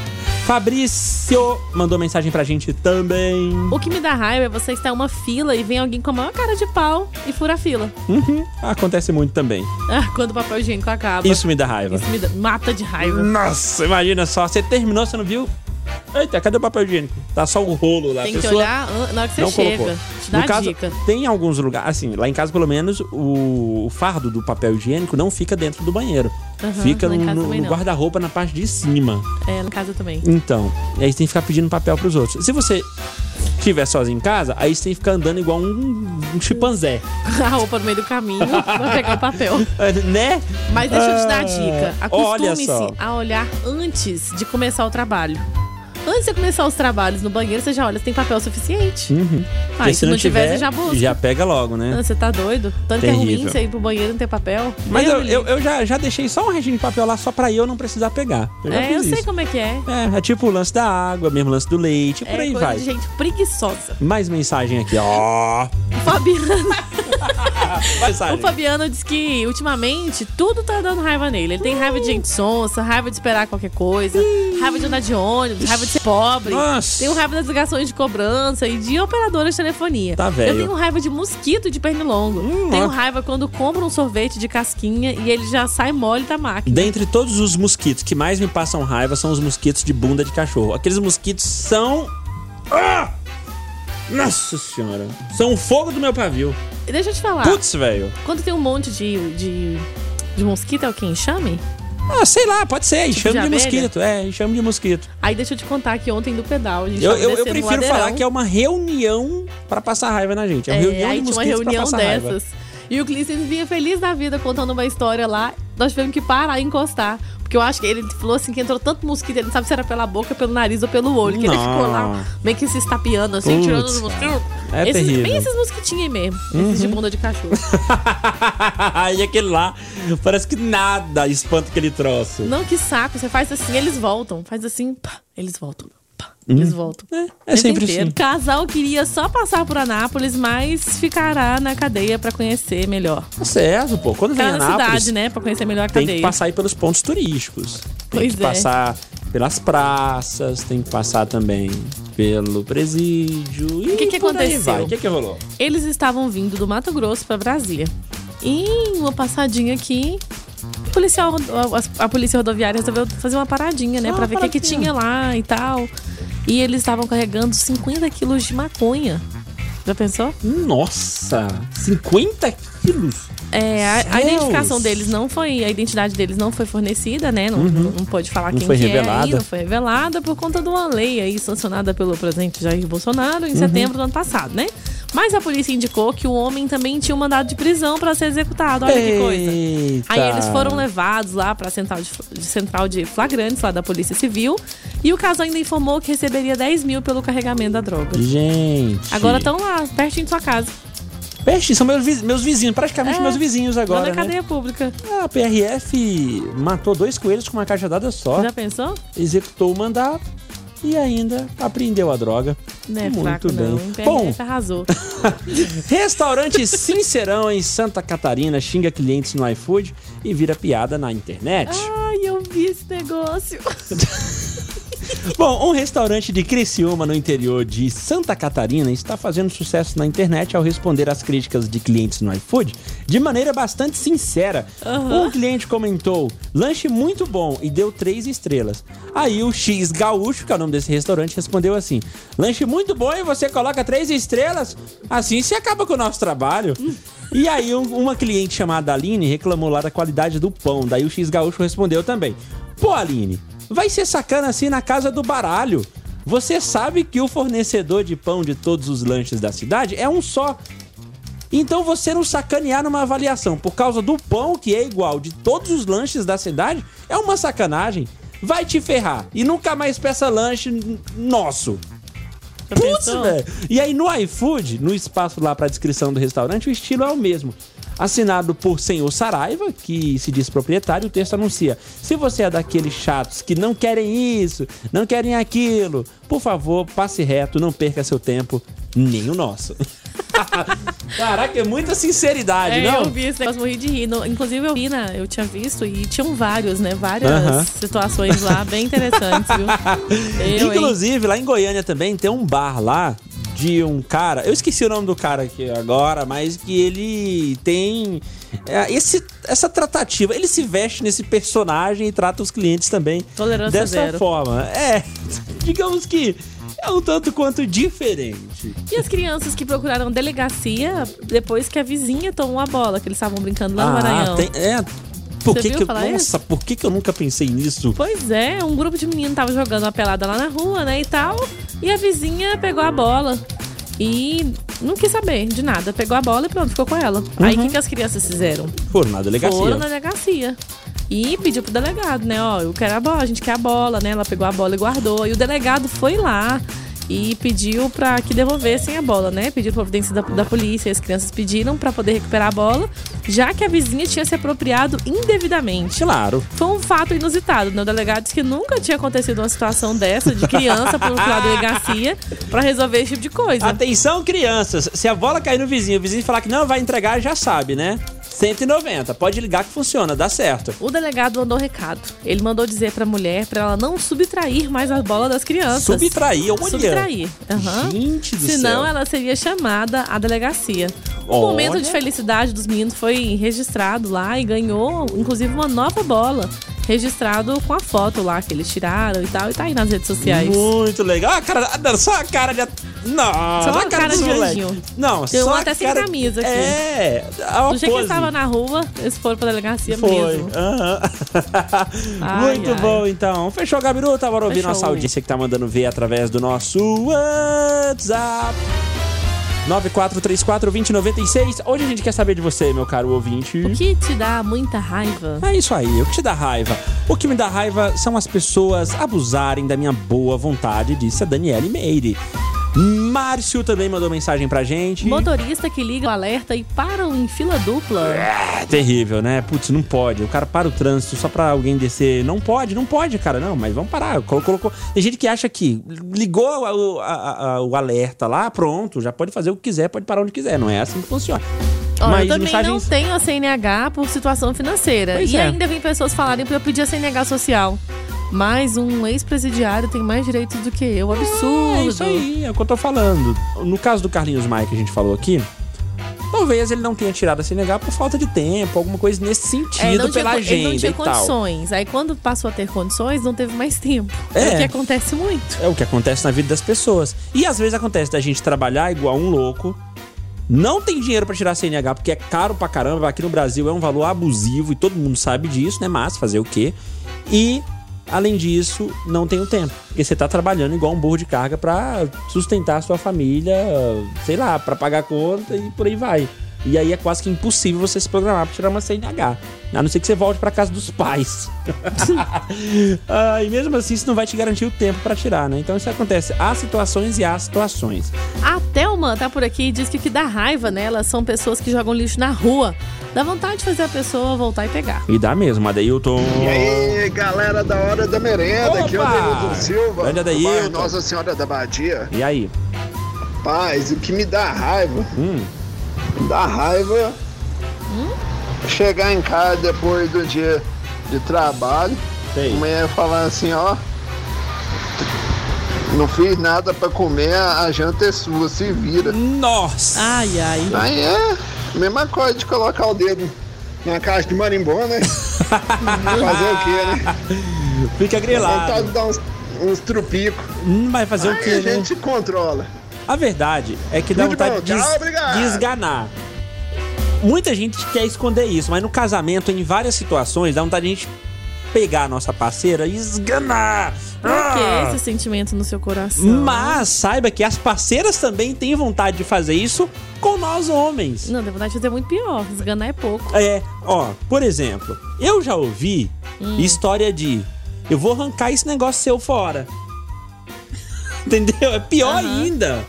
C: Fabrício mandou mensagem pra gente também.
D: O que me dá raiva é você estar em uma fila e vem alguém com a maior cara de pau e fura a fila.
C: Uhum, acontece muito também.
D: Ah, quando o papel higiênico acaba.
C: Isso Hum, me dá raiva.
D: Isso me dá- mata de raiva.
C: Nossa, imagina só, você terminou, você não viu? Eita, cadê o papel higiênico? Tá só o rolo lá. a
D: Tem que
C: pessoa
D: olhar an- na hora que você
C: não
D: chega.
C: colocou.
D: Te dá
C: no caso,
D: dica.
C: tem alguns lugares, assim, lá em casa pelo menos, o, o fardo do papel higiênico não fica dentro do banheiro.
D: Aham,
C: fica
D: lá em
C: no,
D: casa
C: no-
D: também
C: no
D: não.
C: guarda-roupa na parte de cima.
D: É, na casa também.
C: Então, e aí você tem que ficar pedindo papel pros outros. Se você estiver sozinho em casa, aí você tem que ficar andando igual um, um chimpanzé.
D: a roupa no meio do caminho, vai pegar o papel.
C: né?
D: Mas deixa eu te dar
C: Ah,
D: a dica.
C: Olha só.
D: Acostume-se a olhar antes de começar o trabalho. Antes de começar os trabalhos no banheiro, você já olha se tem papel suficiente.
C: Uhum.
D: Ah,
C: E
D: e se não tiver, você já busca.
C: pega logo, né?
D: Ah, Você tá doido? Tanto que é ruim
C: Terrível.
D: você ir pro banheiro e não ter papel. É
C: Mas
D: Deus
C: eu,
D: me
C: eu,
D: livre.
C: eu já, já deixei só um restinho de papel lá só pra eu não precisar pegar. Eu já
D: É,
C: fiz
D: eu sei
C: isso.
D: como é que é.
C: É, é tipo o lance da água, mesmo lance do leite, por
D: é
C: aí
D: coisa
C: vai.
D: de gente preguiçosa.
C: Mais mensagem aqui, ó.
D: O Fabiano, o
C: Mensagem.
D: Fabiano diz que ultimamente tudo tá dando raiva nele. Ele tem raiva de gente sonsa, raiva de esperar qualquer coisa, raiva de andar de ônibus, raiva de ser pobre.
C: Nossa.
D: Tenho raiva das ligações de cobrança e de operadoras de telefonia.
C: Tá velho.
D: Eu tenho raiva de mosquito e de pernilongo.
C: Hum,
D: tenho
C: ó.
D: raiva quando compro um sorvete de casquinha e ele já sai mole da máquina.
C: Dentre todos os mosquitos que mais me passam raiva são os mosquitos de bunda de cachorro. Aqueles mosquitos são. Ah! Nossa senhora! São o fogo do meu pavio.
D: E Deixa eu te falar.
C: Putz, velho.
D: Quando tem um monte de, de, de mosquito, é o que? Enxame?
C: Ah, sei lá, pode ser. Enxame
D: Tipo de
C: de,
D: abelha?
C: mosquito. É, enxame de mosquito.
D: Aí deixa eu te contar que ontem do pedal, a gente
C: Eu,
D: tava
C: eu, eu
D: descendo um
C: prefiro
D: ladeirão.
C: falar que é uma reunião pra passar raiva na gente. É uma reunião
D: aí
C: de
D: tinha uma
C: mosquitos pra
D: reunião
C: passar
D: dessas.
C: raiva.
D: E E o Clístenes vinha feliz da vida contando uma história lá. Nós tivemos que parar e encostar. Porque eu acho que ele falou assim que entrou tanto mosquito, ele não sabe se era pela boca, pelo nariz ou pelo olho. Que ele
C: Não.
D: ficou lá, meio que se estapeando, assim,
C: Putz,
D: tirando os mosquitos.
C: É
D: esses,
C: terrível. Uhum.
D: bem esses mosquitinhos aí mesmo. Esses de bunda de cachorro.
C: e aquele lá, parece que nada espanta aquele troço.
D: não, que saco. Você faz assim, eles voltam. Faz assim, pá, eles voltam. Eles voltam.
C: É, é
D: O Né? tempo
C: sempre
D: inteiro.
C: assim.
D: O casal queria só passar por Anápolis, mas ficará na cadeia pra conhecer melhor.
C: Tá certo, pô. Quando vem
D: Ficará na
C: Anápolis,
D: cidade, né? Pra conhecer melhor a
C: tem
D: cadeia.
C: que passar aí pelos pontos turísticos. Tem
D: Pois
C: que
D: é.
C: passar pelas praças, tem que passar também pelo presídio. E
D: O que que
C: por aí
D: aconteceu?
C: vai. O que, que rolou?
D: Eles estavam vindo do Mato Grosso pra Brasília. E em uma passadinha aqui, o policial- a, a polícia rodoviária resolveu fazer uma paradinha, né?
L: Só
D: pra
L: uma
D: ver o que, que
L: paradinha.
D: tinha lá e tal. E eles estavam carregando 50 quilos de maconha. Já pensou?
C: Nossa, 50 quilos?
D: É, a, a
C: Deus.
D: identificação deles não foi. A identidade deles não foi fornecida, né? Não,
C: Uhum.
D: não- não pode falar
C: Não
D: quem
C: foi
D: que é aí,
C: revelada.
D: não foi revelada por conta de uma lei aí sancionada pelo presidente Jair Bolsonaro em
L: Uhum.
D: setembro do ano passado, né? Mas a polícia indicou que o homem também tinha um mandado de prisão pra ser executado. Olha que coisa.
C: Eita.
D: Aí eles foram levados lá pra central de, de central de flagrantes lá da Polícia Civil. E o casal ainda informou que receberia 10 mil pelo carregamento da droga.
C: Gente.
D: Agora estão lá, pertinho de sua casa.
C: Peste, são meus, vi- meus vizinhos,
D: É.
C: praticamente meus vizinhos
D: lá
C: agora.
D: na
C: né?
D: é cadeia pública.
C: A PRF matou dois coelhos com uma cajadada só.
D: Já pensou?
C: Executou o mandado e ainda apreendeu a droga.
D: Né,
C: Muito
D: fraco
C: bem.
D: não. O PRF
C: Bom,
D: arrasou.
C: restaurante Sincerão em Santa Catarina xinga clientes no iFood e vira piada na internet.
D: Ai, eu vi esse negócio.
C: Bom, um restaurante de Criciúma, no interior de Santa Catarina, está fazendo sucesso na internet ao responder às críticas de clientes no iFood de maneira bastante sincera.
L: Aham.
C: Um cliente comentou: lanche muito bom e deu três estrelas. Aí o X Gaúcho, que é o nome desse restaurante, respondeu assim: lanche muito bom e você coloca três estrelas? Assim você acaba com o nosso trabalho. E aí, um- uma cliente chamada Aline reclamou lá da qualidade do pão. Daí o X Gaúcho respondeu também: Pô, Aline, vai ser sacana assim na casa do baralho. Você sabe que o fornecedor de pão de todos os lanches da cidade é um só. Então você não sacanear numa avaliação por causa do pão que é igual de todos os lanches da cidade é uma sacanagem. Vai te ferrar e nunca mais peça lanche n- nosso. Putz,
L: pensou?
C: velho. E aí no iFood, no espaço lá pra descrição do restaurante, o estilo é o mesmo. Assinado por senhor Saraiva, que se diz proprietário, o texto anuncia: se você é daqueles chatos que não querem isso, não querem aquilo, por favor, passe reto, não perca seu tempo, nem o nosso. Caraca, é muita sinceridade,
D: É,
C: não?
D: Eu vi esse negócio, morri de rir. No- inclusive, eu vi, na, eu tinha visto e tinham vários, né? Várias
C: Aham.
D: situações lá, bem interessantes, viu? Eu, hein?
C: Inclusive, lá em Goiânia também tem um bar lá de um cara. Eu esqueci o nome do cara aqui agora, mas que ele tem é, esse, essa tratativa. Ele se veste nesse personagem e trata os clientes também
D: Tolerância
C: dessa
D: zero.
C: forma. É, digamos que é um tanto quanto diferente.
D: E as crianças que procuraram delegacia depois que a vizinha tomou a bola, que eles estavam brincando lá no Maranhão.
C: tem, é. Por
D: Você
C: que
D: viu
C: que eu,
D: falar
C: nossa, por que que eu nunca pensei nisso?
D: Pois é, um grupo de meninos tava jogando uma pelada lá na rua, né, e tal. E a vizinha pegou a bola. E não quis saber de nada. Pegou a bola e pronto, ficou com ela. Aí o
C: Uhum.
D: que, que as crianças fizeram?
C: Foram na delegacia.
D: Foram na delegacia. E pediu pro delegado, né? Ó, eu quero a bola, a gente quer a bola, né? Ela pegou a bola e guardou. E o delegado foi lá e pediu pra que devolvessem a bola, né? Pediu providência da, da polícia. As crianças pediram pra poder recuperar a bola, já que a vizinha tinha se apropriado indevidamente.
C: Claro.
D: Foi um fato inusitado, né? O delegado disse que nunca tinha acontecido uma situação dessa de criança procurar a delegacia pra resolver esse tipo de coisa.
C: Atenção, crianças. Se a bola cair no vizinho, o vizinho falar que não vai entregar, já sabe, né? 190. Pode ligar que funciona, dá certo.
D: O delegado mandou um recado. Ele mandou dizer pra mulher pra ela não subtrair mais a bola das crianças.
C: Subtrair, olha.
D: Subtrair. Aham.
C: Gente do
D: Senão
C: céu.
D: ela seria chamada à delegacia. O
C: Olha.
D: momento de felicidade dos meninos foi registrado lá e ganhou, inclusive, uma nova bola. Registrado com a foto lá que eles tiraram e tal. E tá aí nas redes sociais.
C: Muito legal. Ah, cara, ah, só a cara de. at- Não,
D: Só
C: a
D: uma cara
C: dos
D: de
C: moleque.
D: anjinho.
C: Não,
D: Tem
C: só
D: um
C: a
D: até sem
C: cara-
D: camisa aqui.
C: É, a
D: Do jeito
C: pose.
D: que eles estavam na rua, eles foram pra delegacia
C: Foi.
D: mesmo.
C: aham.
D: Ai,
C: Muito
D: ai.
C: bom, então. Fechou, Gabiru? Tá bora ouvir
D: Fechou.
C: nossa audiência que tá mandando ver através do nosso WhatsApp. 9434-2096. Hoje a gente quer saber de você, meu caro ouvinte.
D: O que te dá muita raiva?
C: É isso aí, o que te dá raiva? O que me dá raiva são as pessoas abusarem da minha boa vontade, disse a Daniele Meire. Márcio também mandou mensagem pra gente.
D: Motorista que liga o alerta e param em fila dupla.
C: É terrível, né? Putz, não pode. O cara para o trânsito só pra alguém descer. Não pode, não pode, cara. Não, mas vamos parar. Colo- Colocou. Tem gente que acha que ligou a- o, a- a- o alerta lá, pronto, já pode fazer o que quiser, pode parar onde quiser. Não é assim que funciona.
D: Ó, eu também não tenho a CNH por situação financeira.
C: Pois
D: e
C: é.
D: ainda vem pessoas falarem pra eu pedir a CNH social. Mas um ex-presidiário tem mais direitos do que eu. Absurdo.
C: É isso aí, é o que eu tô falando. No caso do Carlinhos Maia que a gente falou aqui, talvez ele não tenha tirado a CNH por falta de tempo, alguma coisa nesse
D: É, ele
C: sentido
D: não tinha,
C: pela
D: con-
C: agenda
D: ele não tinha
C: e tal.
D: condições. Aí quando passou a ter condições, não teve mais tempo.
C: É.
D: o que acontece muito.
C: É o que acontece na vida das pessoas. E às vezes acontece da gente trabalhar igual um louco, não tem dinheiro pra tirar a CNH, porque é caro pra caramba. Aqui no Brasil é um valor abusivo e todo mundo sabe disso, né? Mas fazer o quê? E, além disso, não tem o tempo. Porque você tá trabalhando igual um burro de carga pra sustentar a sua família, sei lá, pra pagar conta e por aí vai. E aí é quase que impossível você se programar pra tirar uma CNH. A não ser que você volte pra casa dos pais. Ah, e mesmo assim, isso não vai te garantir o tempo pra tirar, né? Então isso acontece. Há situações e há situações.
D: A Thelma tá por aqui e diz que o que dá raiva nelas são pessoas que jogam lixo na rua. Dá vontade de fazer a pessoa voltar e pegar.
C: E dá mesmo, Adeilton.
M: E aí, galera da Hora da Merenda, aqui é o
C: Opa!
M: Adenilton Silva.
C: Grande
M: do
C: Adeilton.
M: bairro Nossa Senhora da Badia.
C: E aí?
M: Paz, o que me dá raiva? Me Dá raiva
C: Hum?
M: é chegar em casa depois do dia de trabalho, a mulher falar assim, ó. Não fiz nada pra comer, a janta é sua, se vira.
C: Nossa!
D: Ai, ai.
M: Aí é a mesma coisa de colocar o dedo na caixa de marimbó, né? Fazer o quê, né?
C: Fica
M: Dá
C: grilado.
M: Tá vontade de dar uns, uns trupicos.
C: Vai fazer o quê,
M: A
C: né?
M: gente se controla.
C: A verdade é que dá
M: Muito
C: vontade
M: bom,
C: de
M: tchau,
C: des-
M: Ah, obrigado.
C: desganar. Muita gente quer esconder isso, mas no casamento, em várias situações, dá vontade de a gente pegar a nossa parceira e esganar.
D: Pra
C: Ah!
D: que esse sentimento no seu coração?
C: Mas saiba que as parceiras também têm vontade de fazer isso com nós homens.
D: Não, tem vontade de fazer muito pior. Esganar é pouco.
C: É, ó, por exemplo, eu já ouvi
G: Hum.
C: história de eu vou arrancar esse negócio seu fora. Entendeu? É pior ainda.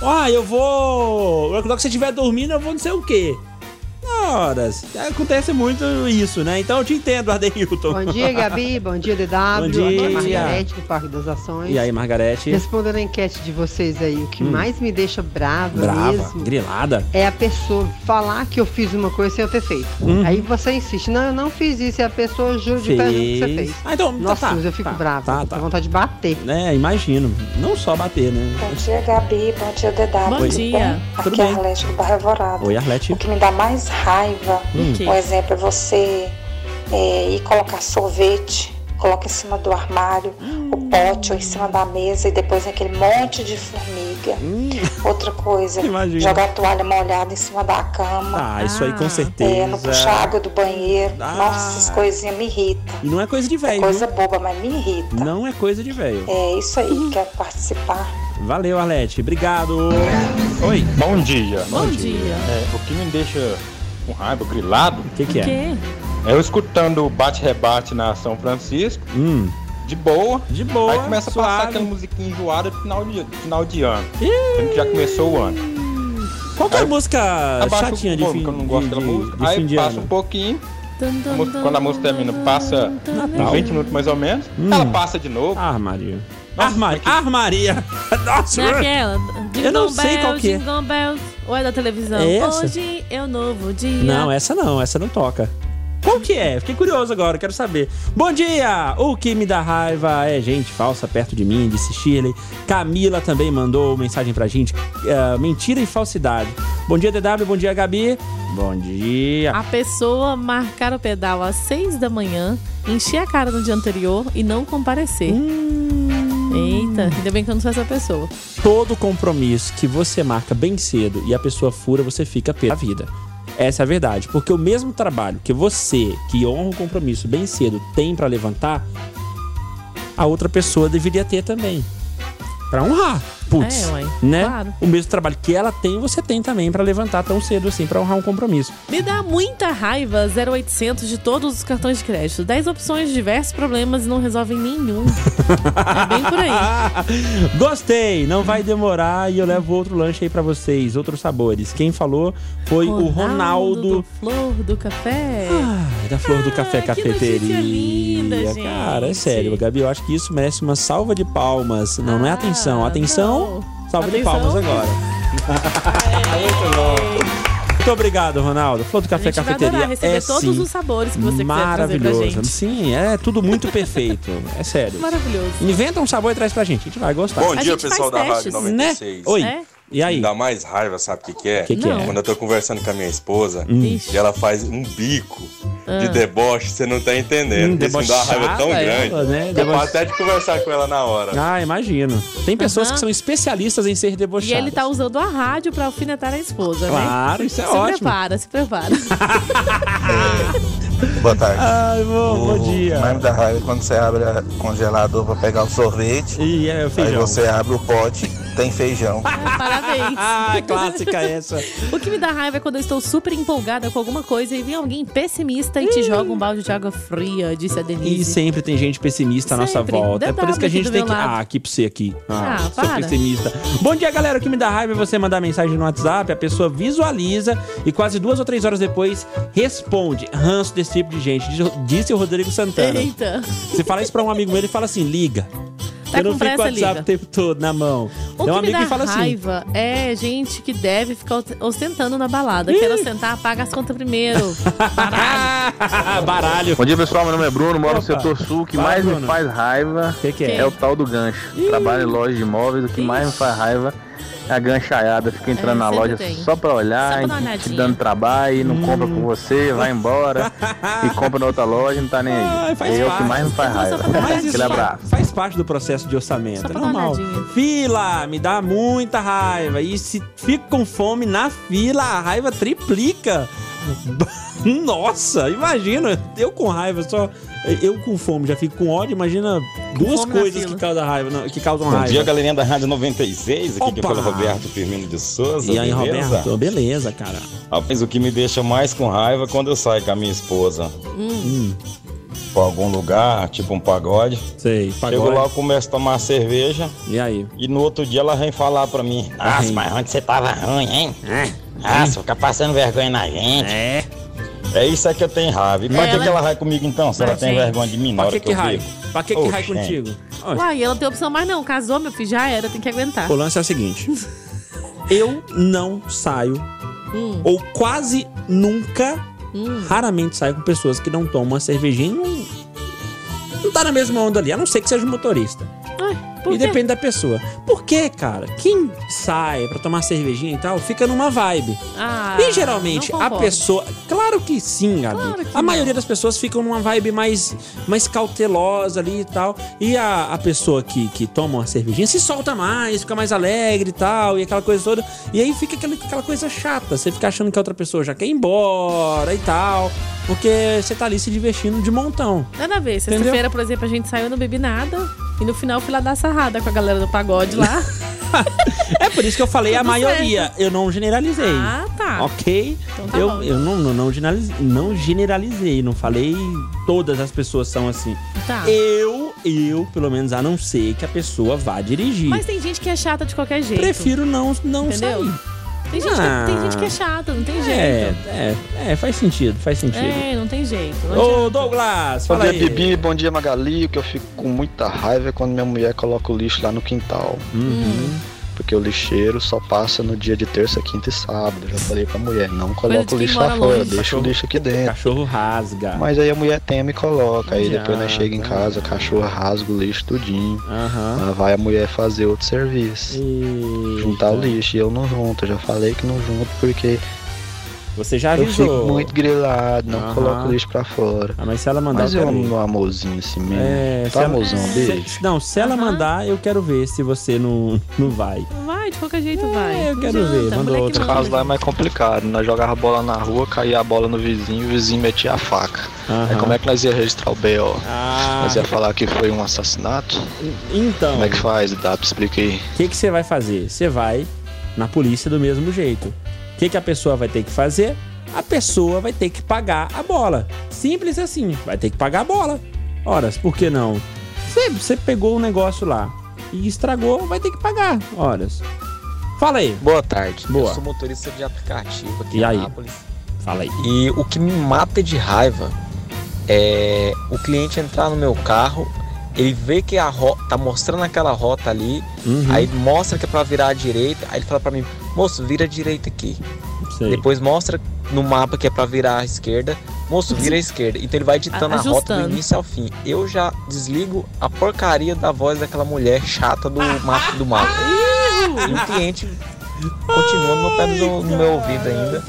C: Ah, eu vou. Logo que você estiver dormindo, eu vou não sei o quê. Horas. Acontece muito isso, né? Então eu te entendo, Ardeilton.
G: Bom dia, Gabi. Bom dia, DW.
C: Bom dia.
G: Aqui é Margarete, do Parque das Ações.
C: E aí, Margarete?
G: Respondendo a enquete de vocês aí, o que
C: Hum.
G: mais me deixa brava,
C: Brava,
G: mesmo
C: grilada.
G: é a pessoa falar que eu fiz uma coisa sem eu ter feito.
C: Hum.
G: Aí você insiste, não, eu não fiz isso, e a pessoa jura de pé junto que você fez.
C: Ah, então,
G: Nossa,
C: tá,
G: mas eu fico
C: tá,
G: brava.
C: Tá, tá.
G: vontade de bater.
C: É, imagino. Não só bater, né?
J: Bom dia, Gabi. Bom dia, DW.
C: Bom
J: Tudo
C: dia.
J: bem?
G: Tá,
C: Tudo
J: Aqui é a
C: bem.
J: Arlete do Barra Alvorada.
C: Oi, Arlete.
J: O
G: é
J: que me dá mais raiva,
C: Hum.
J: um exemplo, é você é, ir colocar sorvete, coloca em cima do armário,
C: Hum.
J: o pote ou em cima da mesa e depois aquele monte de formiga. Outra coisa,
C: Hum. Imagina.
J: jogar a toalha molhada em cima da cama.
C: Ah, isso aí com
J: É, não
C: certeza.
J: puxar água do banheiro.
C: Ah.
J: Nossa, essas coisinhas me irritam.
C: E não é coisa de velho.
J: Coisa
C: viu?
J: boba, mas me irrita.
C: Não é coisa de velho.
J: É isso aí, quer participar?
C: Valeu, Arlete. Obrigado. Oi.
N: Bom dia.
D: Bom dia.
N: É, o que me deixa com raiva, grilado. O
C: que,
D: O quê?
N: É eu escutando o bate-rebate na São Francisco. De boa.
C: Hum, De boa.
N: Aí começa a
C: suave.
N: passar aquela musiquinha enjoada de final de, final de ano. Sendo que já começou o ano.
C: Qual que é a música
N: Abaixa
C: chatinha
N: o
C: de
N: volume,
C: fim
N: que eu não gosto
C: de,
N: da
C: de-
N: música.
C: de fim
N: Aí
C: de
N: passa
C: ano?
N: um pouquinho. a música- quando a música termina, passa uns 20 minutos mais ou menos. Ela passa de novo.
C: Hum. Ah, Maria. Armaria. Armaria. Nossa.
D: Não é aquela?
C: Eu não sei
D: Jingle
C: qual
D: Bell,
C: que é.
D: Jingle Bell. Ou é da televisão?
C: É essa?
D: Hoje é o novo dia.
C: Não, é. essa não. Essa não toca. Qual que é? Fiquei curioso agora, quero saber. Bom dia! O que me dá raiva é gente falsa perto de mim, disse Shirley. Camila também mandou mensagem pra gente. eh, mentira e falsidade. Bom dia, DW. Bom dia, Gabi. Bom dia.
D: A pessoa marcar o pedal às seis da manhã, encher a cara no dia anterior e não comparecer.
C: Hum.
D: Eita, ainda bem que eu não sou essa pessoa.
C: Todo compromisso que você marca bem cedo e a pessoa fura, você fica pela vida. Essa é a verdade, porque o mesmo trabalho que você, que honra o compromisso bem cedo, tem pra levantar, a outra pessoa deveria ter também. Pra honrar. Putz,
D: É, ué,
C: né?
D: claro.
C: O mesmo trabalho que ela tem, você tem também pra levantar tão cedo assim, pra honrar um compromisso.
D: Me dá muita raiva 0800 de todos os cartões de crédito. 10 opções, diversos problemas e não resolvem nenhum. é bem por aí.
C: Gostei, não vai demorar e eu levo outro lanche aí pra vocês, outros sabores. Quem falou foi o Ronaldo Ah,
D: do Flor do Café.
C: da Flor do
D: Ah,
C: Café Cafeteria.
D: gente.
C: Cara, é sério, Gabi, eu acho que isso merece uma salva de palmas. Não, não é atenção, atenção, salva de
D: Ah, Atenção. É.
C: palmas agora. Muito bom. Muito obrigado, Ronaldo. Flor do
D: a
C: Café
D: gente vai
C: Cafeteria
D: adorar receber
C: é
D: todos
C: sim,
D: os sabores que você quiser trazer pra
C: maravilhoso.
D: gente.
C: Sim, é tudo muito perfeito. É sério.
D: Maravilhoso.
C: Inventa um sabor e traz pra gente, a gente vai gostar.
O: Bom dia, pessoal da Rádio 96.
C: Né? Oi.
D: É?
C: E aí?
O: Dá mais raiva, sabe o que, que é?
C: Que que é? Hum. Não.
O: Quando eu tô conversando com a minha esposa
C: Ixi.
O: e ela faz um bico de
C: Ah.
O: deboche, você não tá
C: Hum,
O: entendendo. Isso me dá uma raiva tão
C: debochada
O: grande.
C: ela, né?
O: Eu
C: Deboche-
O: vou até de conversar com ela na hora.
C: Ah, imagino. Tem pessoas
D: Aham.
C: que são especialistas em ser
D: E ele
C: debochadas.
D: tá usando a rádio pra alfinetar a esposa, né?
C: Claro, isso é ótimo.
D: Se prepara, se prepara.
P: Boa tarde.
C: Ai, bom, bom dia.
P: Mas me dá raiva quando você abre o congelador pra pegar o sorvete.
C: E é feijão.
P: Aí você abre o pote, tem feijão.
D: Parabéns.
C: Ah, clássica essa.
D: O que me dá raiva é quando eu estou super empolgada com alguma coisa e vem alguém pessimista e te joga um balde de água fria, disse a Denise.
C: E sempre tem gente pessimista à nossa
D: Sempre.
C: volta. É
D: DW
C: por isso que a
D: aqui
C: gente
D: do
C: tem
D: meu
C: que.
D: lado.
C: Ah, aqui pra você aqui. Ah,
D: Ah,
C: sou
D: para.
C: pessimista. Bom dia, galera. O que me dá raiva é você mandar mensagem no WhatsApp, a pessoa visualiza e quase duas ou três horas depois responde. Ranço desse tipo de gente, diz- disse o Rodrigo Santana.
D: Eita.
C: Você fala isso pra um amigo meu, ele fala assim: liga.
D: Tá
C: eu não
D: com
C: fico com o
D: pressa,
C: WhatsApp
D: liga.
C: o tempo todo na mão. Tem
D: O
C: um
D: que me
C: amigo
D: dá
C: que fala assim.
D: raiva é gente que deve ficar ostentando na balada. Quero ostentar, paga as contas primeiro.
C: Baralho.
Q: Bom dia, pessoal. Meu nome é Bruno, moro no
C: Opa.
Q: setor sul. O que
C: Fala,
Q: mais
C: Bruno.
Q: me faz raiva
C: que é?
Q: é o tal do gancho. Trabalho em loja de imóveis, o que mais me faz raiva é a ganchaiada. Fica entrando na
D: sempre
Q: loja
D: tem.
Q: só pra olhar,
D: Só pra dar uma
Q: e te
D: olhadinha.
Q: dando trabalho, e
C: Hum.
Q: não compra com você, vai embora e compra na outra loja, não tá nem aí.
C: faz
Q: é o que
C: parte. Então
Q: mais me faz raiva.
C: Mas isso
Q: Aquele abraço.
C: faz parte do processo de orçamento. É
Q: pra dar uma
C: normal. Fila, me dá muita raiva. E se fico com fome na fila, a raiva triplica. Nossa, imagina. Eu com raiva só. Eu com fome já fico com ódio. Imagina duas
R: fome na
C: coisas
R: fila.
C: que causam raiva. não, que causam
R: Bom
C: raiva.
R: dia, galerinha da Rádio 96. Aqui que
C: Opa!
R: fala Roberto Firmino de Souza.
C: E aí,
R: beleza?
C: Roberto? Beleza, cara.
R: Rapaz, o que me deixa mais com raiva é quando eu saio com a minha esposa
C: Hum.
R: pra algum lugar, tipo um pagode.
C: Sei,
R: Chego
C: pagode.
R: lá, eu começo a tomar uma cerveja.
C: E aí?
R: E no outro dia ela vem falar pra mim. Ah, mas onde você tava ruim, hein? Ah, você fica passando vergonha na gente.
C: É. né?
R: É isso aí que eu tenho raiva. E pra
D: É,
R: que,
D: ela-
R: que ela vai comigo então? Se ela
D: Mas,
R: tem
D: gente,
R: vergonha de mim na
C: pra
R: hora
C: que
R: que,
C: que
R: eu
C: rai-
R: fico?
C: pra que que
R: Ô,
C: rai
R: gente.
C: contigo?
D: Uai, ela não tem opção mais não. Casou, meu filho, já era. Tem que aguentar.
C: O lance é o seguinte: eu não saio,
D: Hum.
C: ou quase nunca,
D: Hum.
C: raramente saio com pessoas que não tomam uma cervejinha. e Não, não tá na mesma onda ali, a não ser que seja um motorista.
D: Ai, por
C: E
D: quê?
C: depende da pessoa. Por quê, cara? Quem sai pra tomar cervejinha e tal, fica numa vibe.
D: Ah,
C: e geralmente
D: não
C: a
D: concordo.
C: pessoa. Claro que sim, Gabi.
D: Claro que
C: a maioria das pessoas ficam numa vibe mais, mais cautelosa ali e tal. E a, a pessoa que, que toma uma cervejinha se solta mais, fica mais alegre e tal, e aquela coisa toda. E aí fica aquela, aquela coisa chata. Você fica achando que a outra pessoa já quer ir embora e tal. Porque você tá ali se divertindo de montão.
D: Nada a ver.
C: Entendeu?
D: Sexta-feira, por exemplo, a gente saiu, não bebi nada. E no final fui lá dar sarrada com a galera do pagode lá.
C: É por isso que eu falei a
D: Tudo
C: maioria. Eu não generalizei.
D: Ah, tá.
C: Ok?
D: Então tá
C: eu
D: bom.
C: eu não, não, não generaliz- não generalizei, não falei todas as pessoas são assim.
D: Tá.
C: Eu, eu, pelo menos, a não ser que a pessoa vá dirigir.
D: Mas tem gente que é chata de qualquer jeito.
C: Prefiro não, não
D: Entendeu?
C: sair.
D: Tem gente,
C: Ah.
D: que, tem gente que é chata, não tem
C: É,
D: jeito.
C: é, é, faz sentido, faz sentido.
D: É, não tem jeito. não
C: Ô,
D: adianta.
C: Douglas,
M: Bom
C: fala
M: dia,
C: aí.
M: Bibi. Bom dia, Magali. O que eu fico com muita raiva é quando minha mulher coloca o lixo lá no quintal.
C: Uhum.
M: Uhum. Porque o lixeiro só passa no dia de terça, quinta e sábado. Eu já falei pra mulher, não coloca
C: de
M: o
C: quem
M: lixo lá
C: mora
M: fora,
C: longe.
M: deixa o lixo aqui dentro.
C: Cachorro rasga.
M: Mas aí a mulher tem e me coloca. Aí
C: Não
M: depois nós
C: adianta.
M: chega em casa, a cachorra rasga o lixo tudinho. Lá vai a mulher fazer outro serviço. Juntar o lixo. E eu não junto. Eu já falei que não junto porque.
C: Você já
M: Eu fico
C: avisou.
M: muito grilado, não
C: Aham.
M: coloco o lixo pra fora.
C: mas se ela mandar,
M: Mas
C: eu
M: eu
C: quero
M: amo
C: ir.
M: meu amorzinho assim mesmo.
C: É,
M: tá, amorzão?
C: se-
M: Beijo.
C: Não, se ela mandar, eu quero ver se você não, não vai.
D: Vai, vai, de qualquer
C: É,
D: jeito vai. Eu
J: Outro caso lá é mais complicado. Nós jogávamos bola na rua, caía a bola no vizinho, o vizinho metia a faca. Aí como é que nós ia registrar o BO?
C: Ah.
J: Nós ia falar que foi um assassinato?
C: Então.
J: Como é que faz, Dap? Explica aí.
C: O que que você vai fazer? Você vai na polícia do mesmo jeito. O que, que a pessoa vai ter que fazer? A pessoa vai ter que pagar a bola. Simples assim, vai ter que pagar a bola. Ora, por que não? Você, você pegou um negócio lá e estragou, vai ter que pagar. Horas. Fala aí.
M: Boa tarde.
C: Boa.
M: Eu sou motorista de aplicativo aqui
C: E
M: em
C: aí?
M: Anápolis.
C: Fala aí.
M: E o que me mata de raiva é o cliente entrar no meu carro, ele vê que a rota tá mostrando aquela rota ali,
C: Uhum.
M: aí mostra que é pra virar à direita, aí ele fala pra mim, moço, vira à direita aqui. Depois mostra no mapa que é pra virar à esquerda, moço, vira à esquerda. Então ele vai ditando a rota do
D: Ajustando.
M: início ao fim. Eu já desligo a porcaria da voz daquela mulher chata do mapa do mapa. E o cliente continua no meu, pé do, no meu ouvido ainda.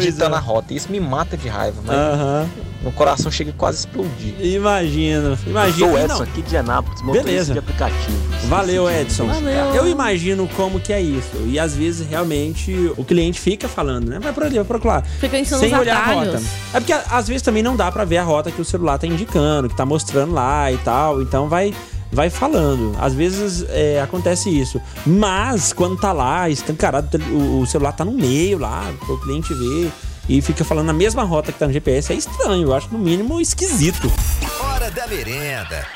C: é.
M: Ditando a rota. Isso me mata de raiva,
C: Ah.
M: mas
C: Aham.
M: meu coração chega quase a explodir.
C: Imagino, imagino.
M: Eu sou o Edson
C: Não.
M: aqui de Anápolis, motorista
C: Beleza.
M: de aplicativo.
C: Valeu, Edson.
M: Valeu.
C: Eu imagino como que é isso. E às vezes realmente o cliente fica falando, né? Vai por ali, vai por lá.
D: Fica ensinando
C: Sem
D: os
C: olhar a
D: atalhos.
C: rota. É porque a- às vezes também não dá pra ver a rota que o celular tá indicando, que tá mostrando lá e tal. Então vai vai falando. Às vezes é, acontece isso. Mas quando tá lá, escancarado, tá- o, o celular tá no meio lá, pro cliente ver. E fica falando a mesma rota que tá no GPS, é estranho, eu acho no mínimo esquisito.
B: Hora da merenda.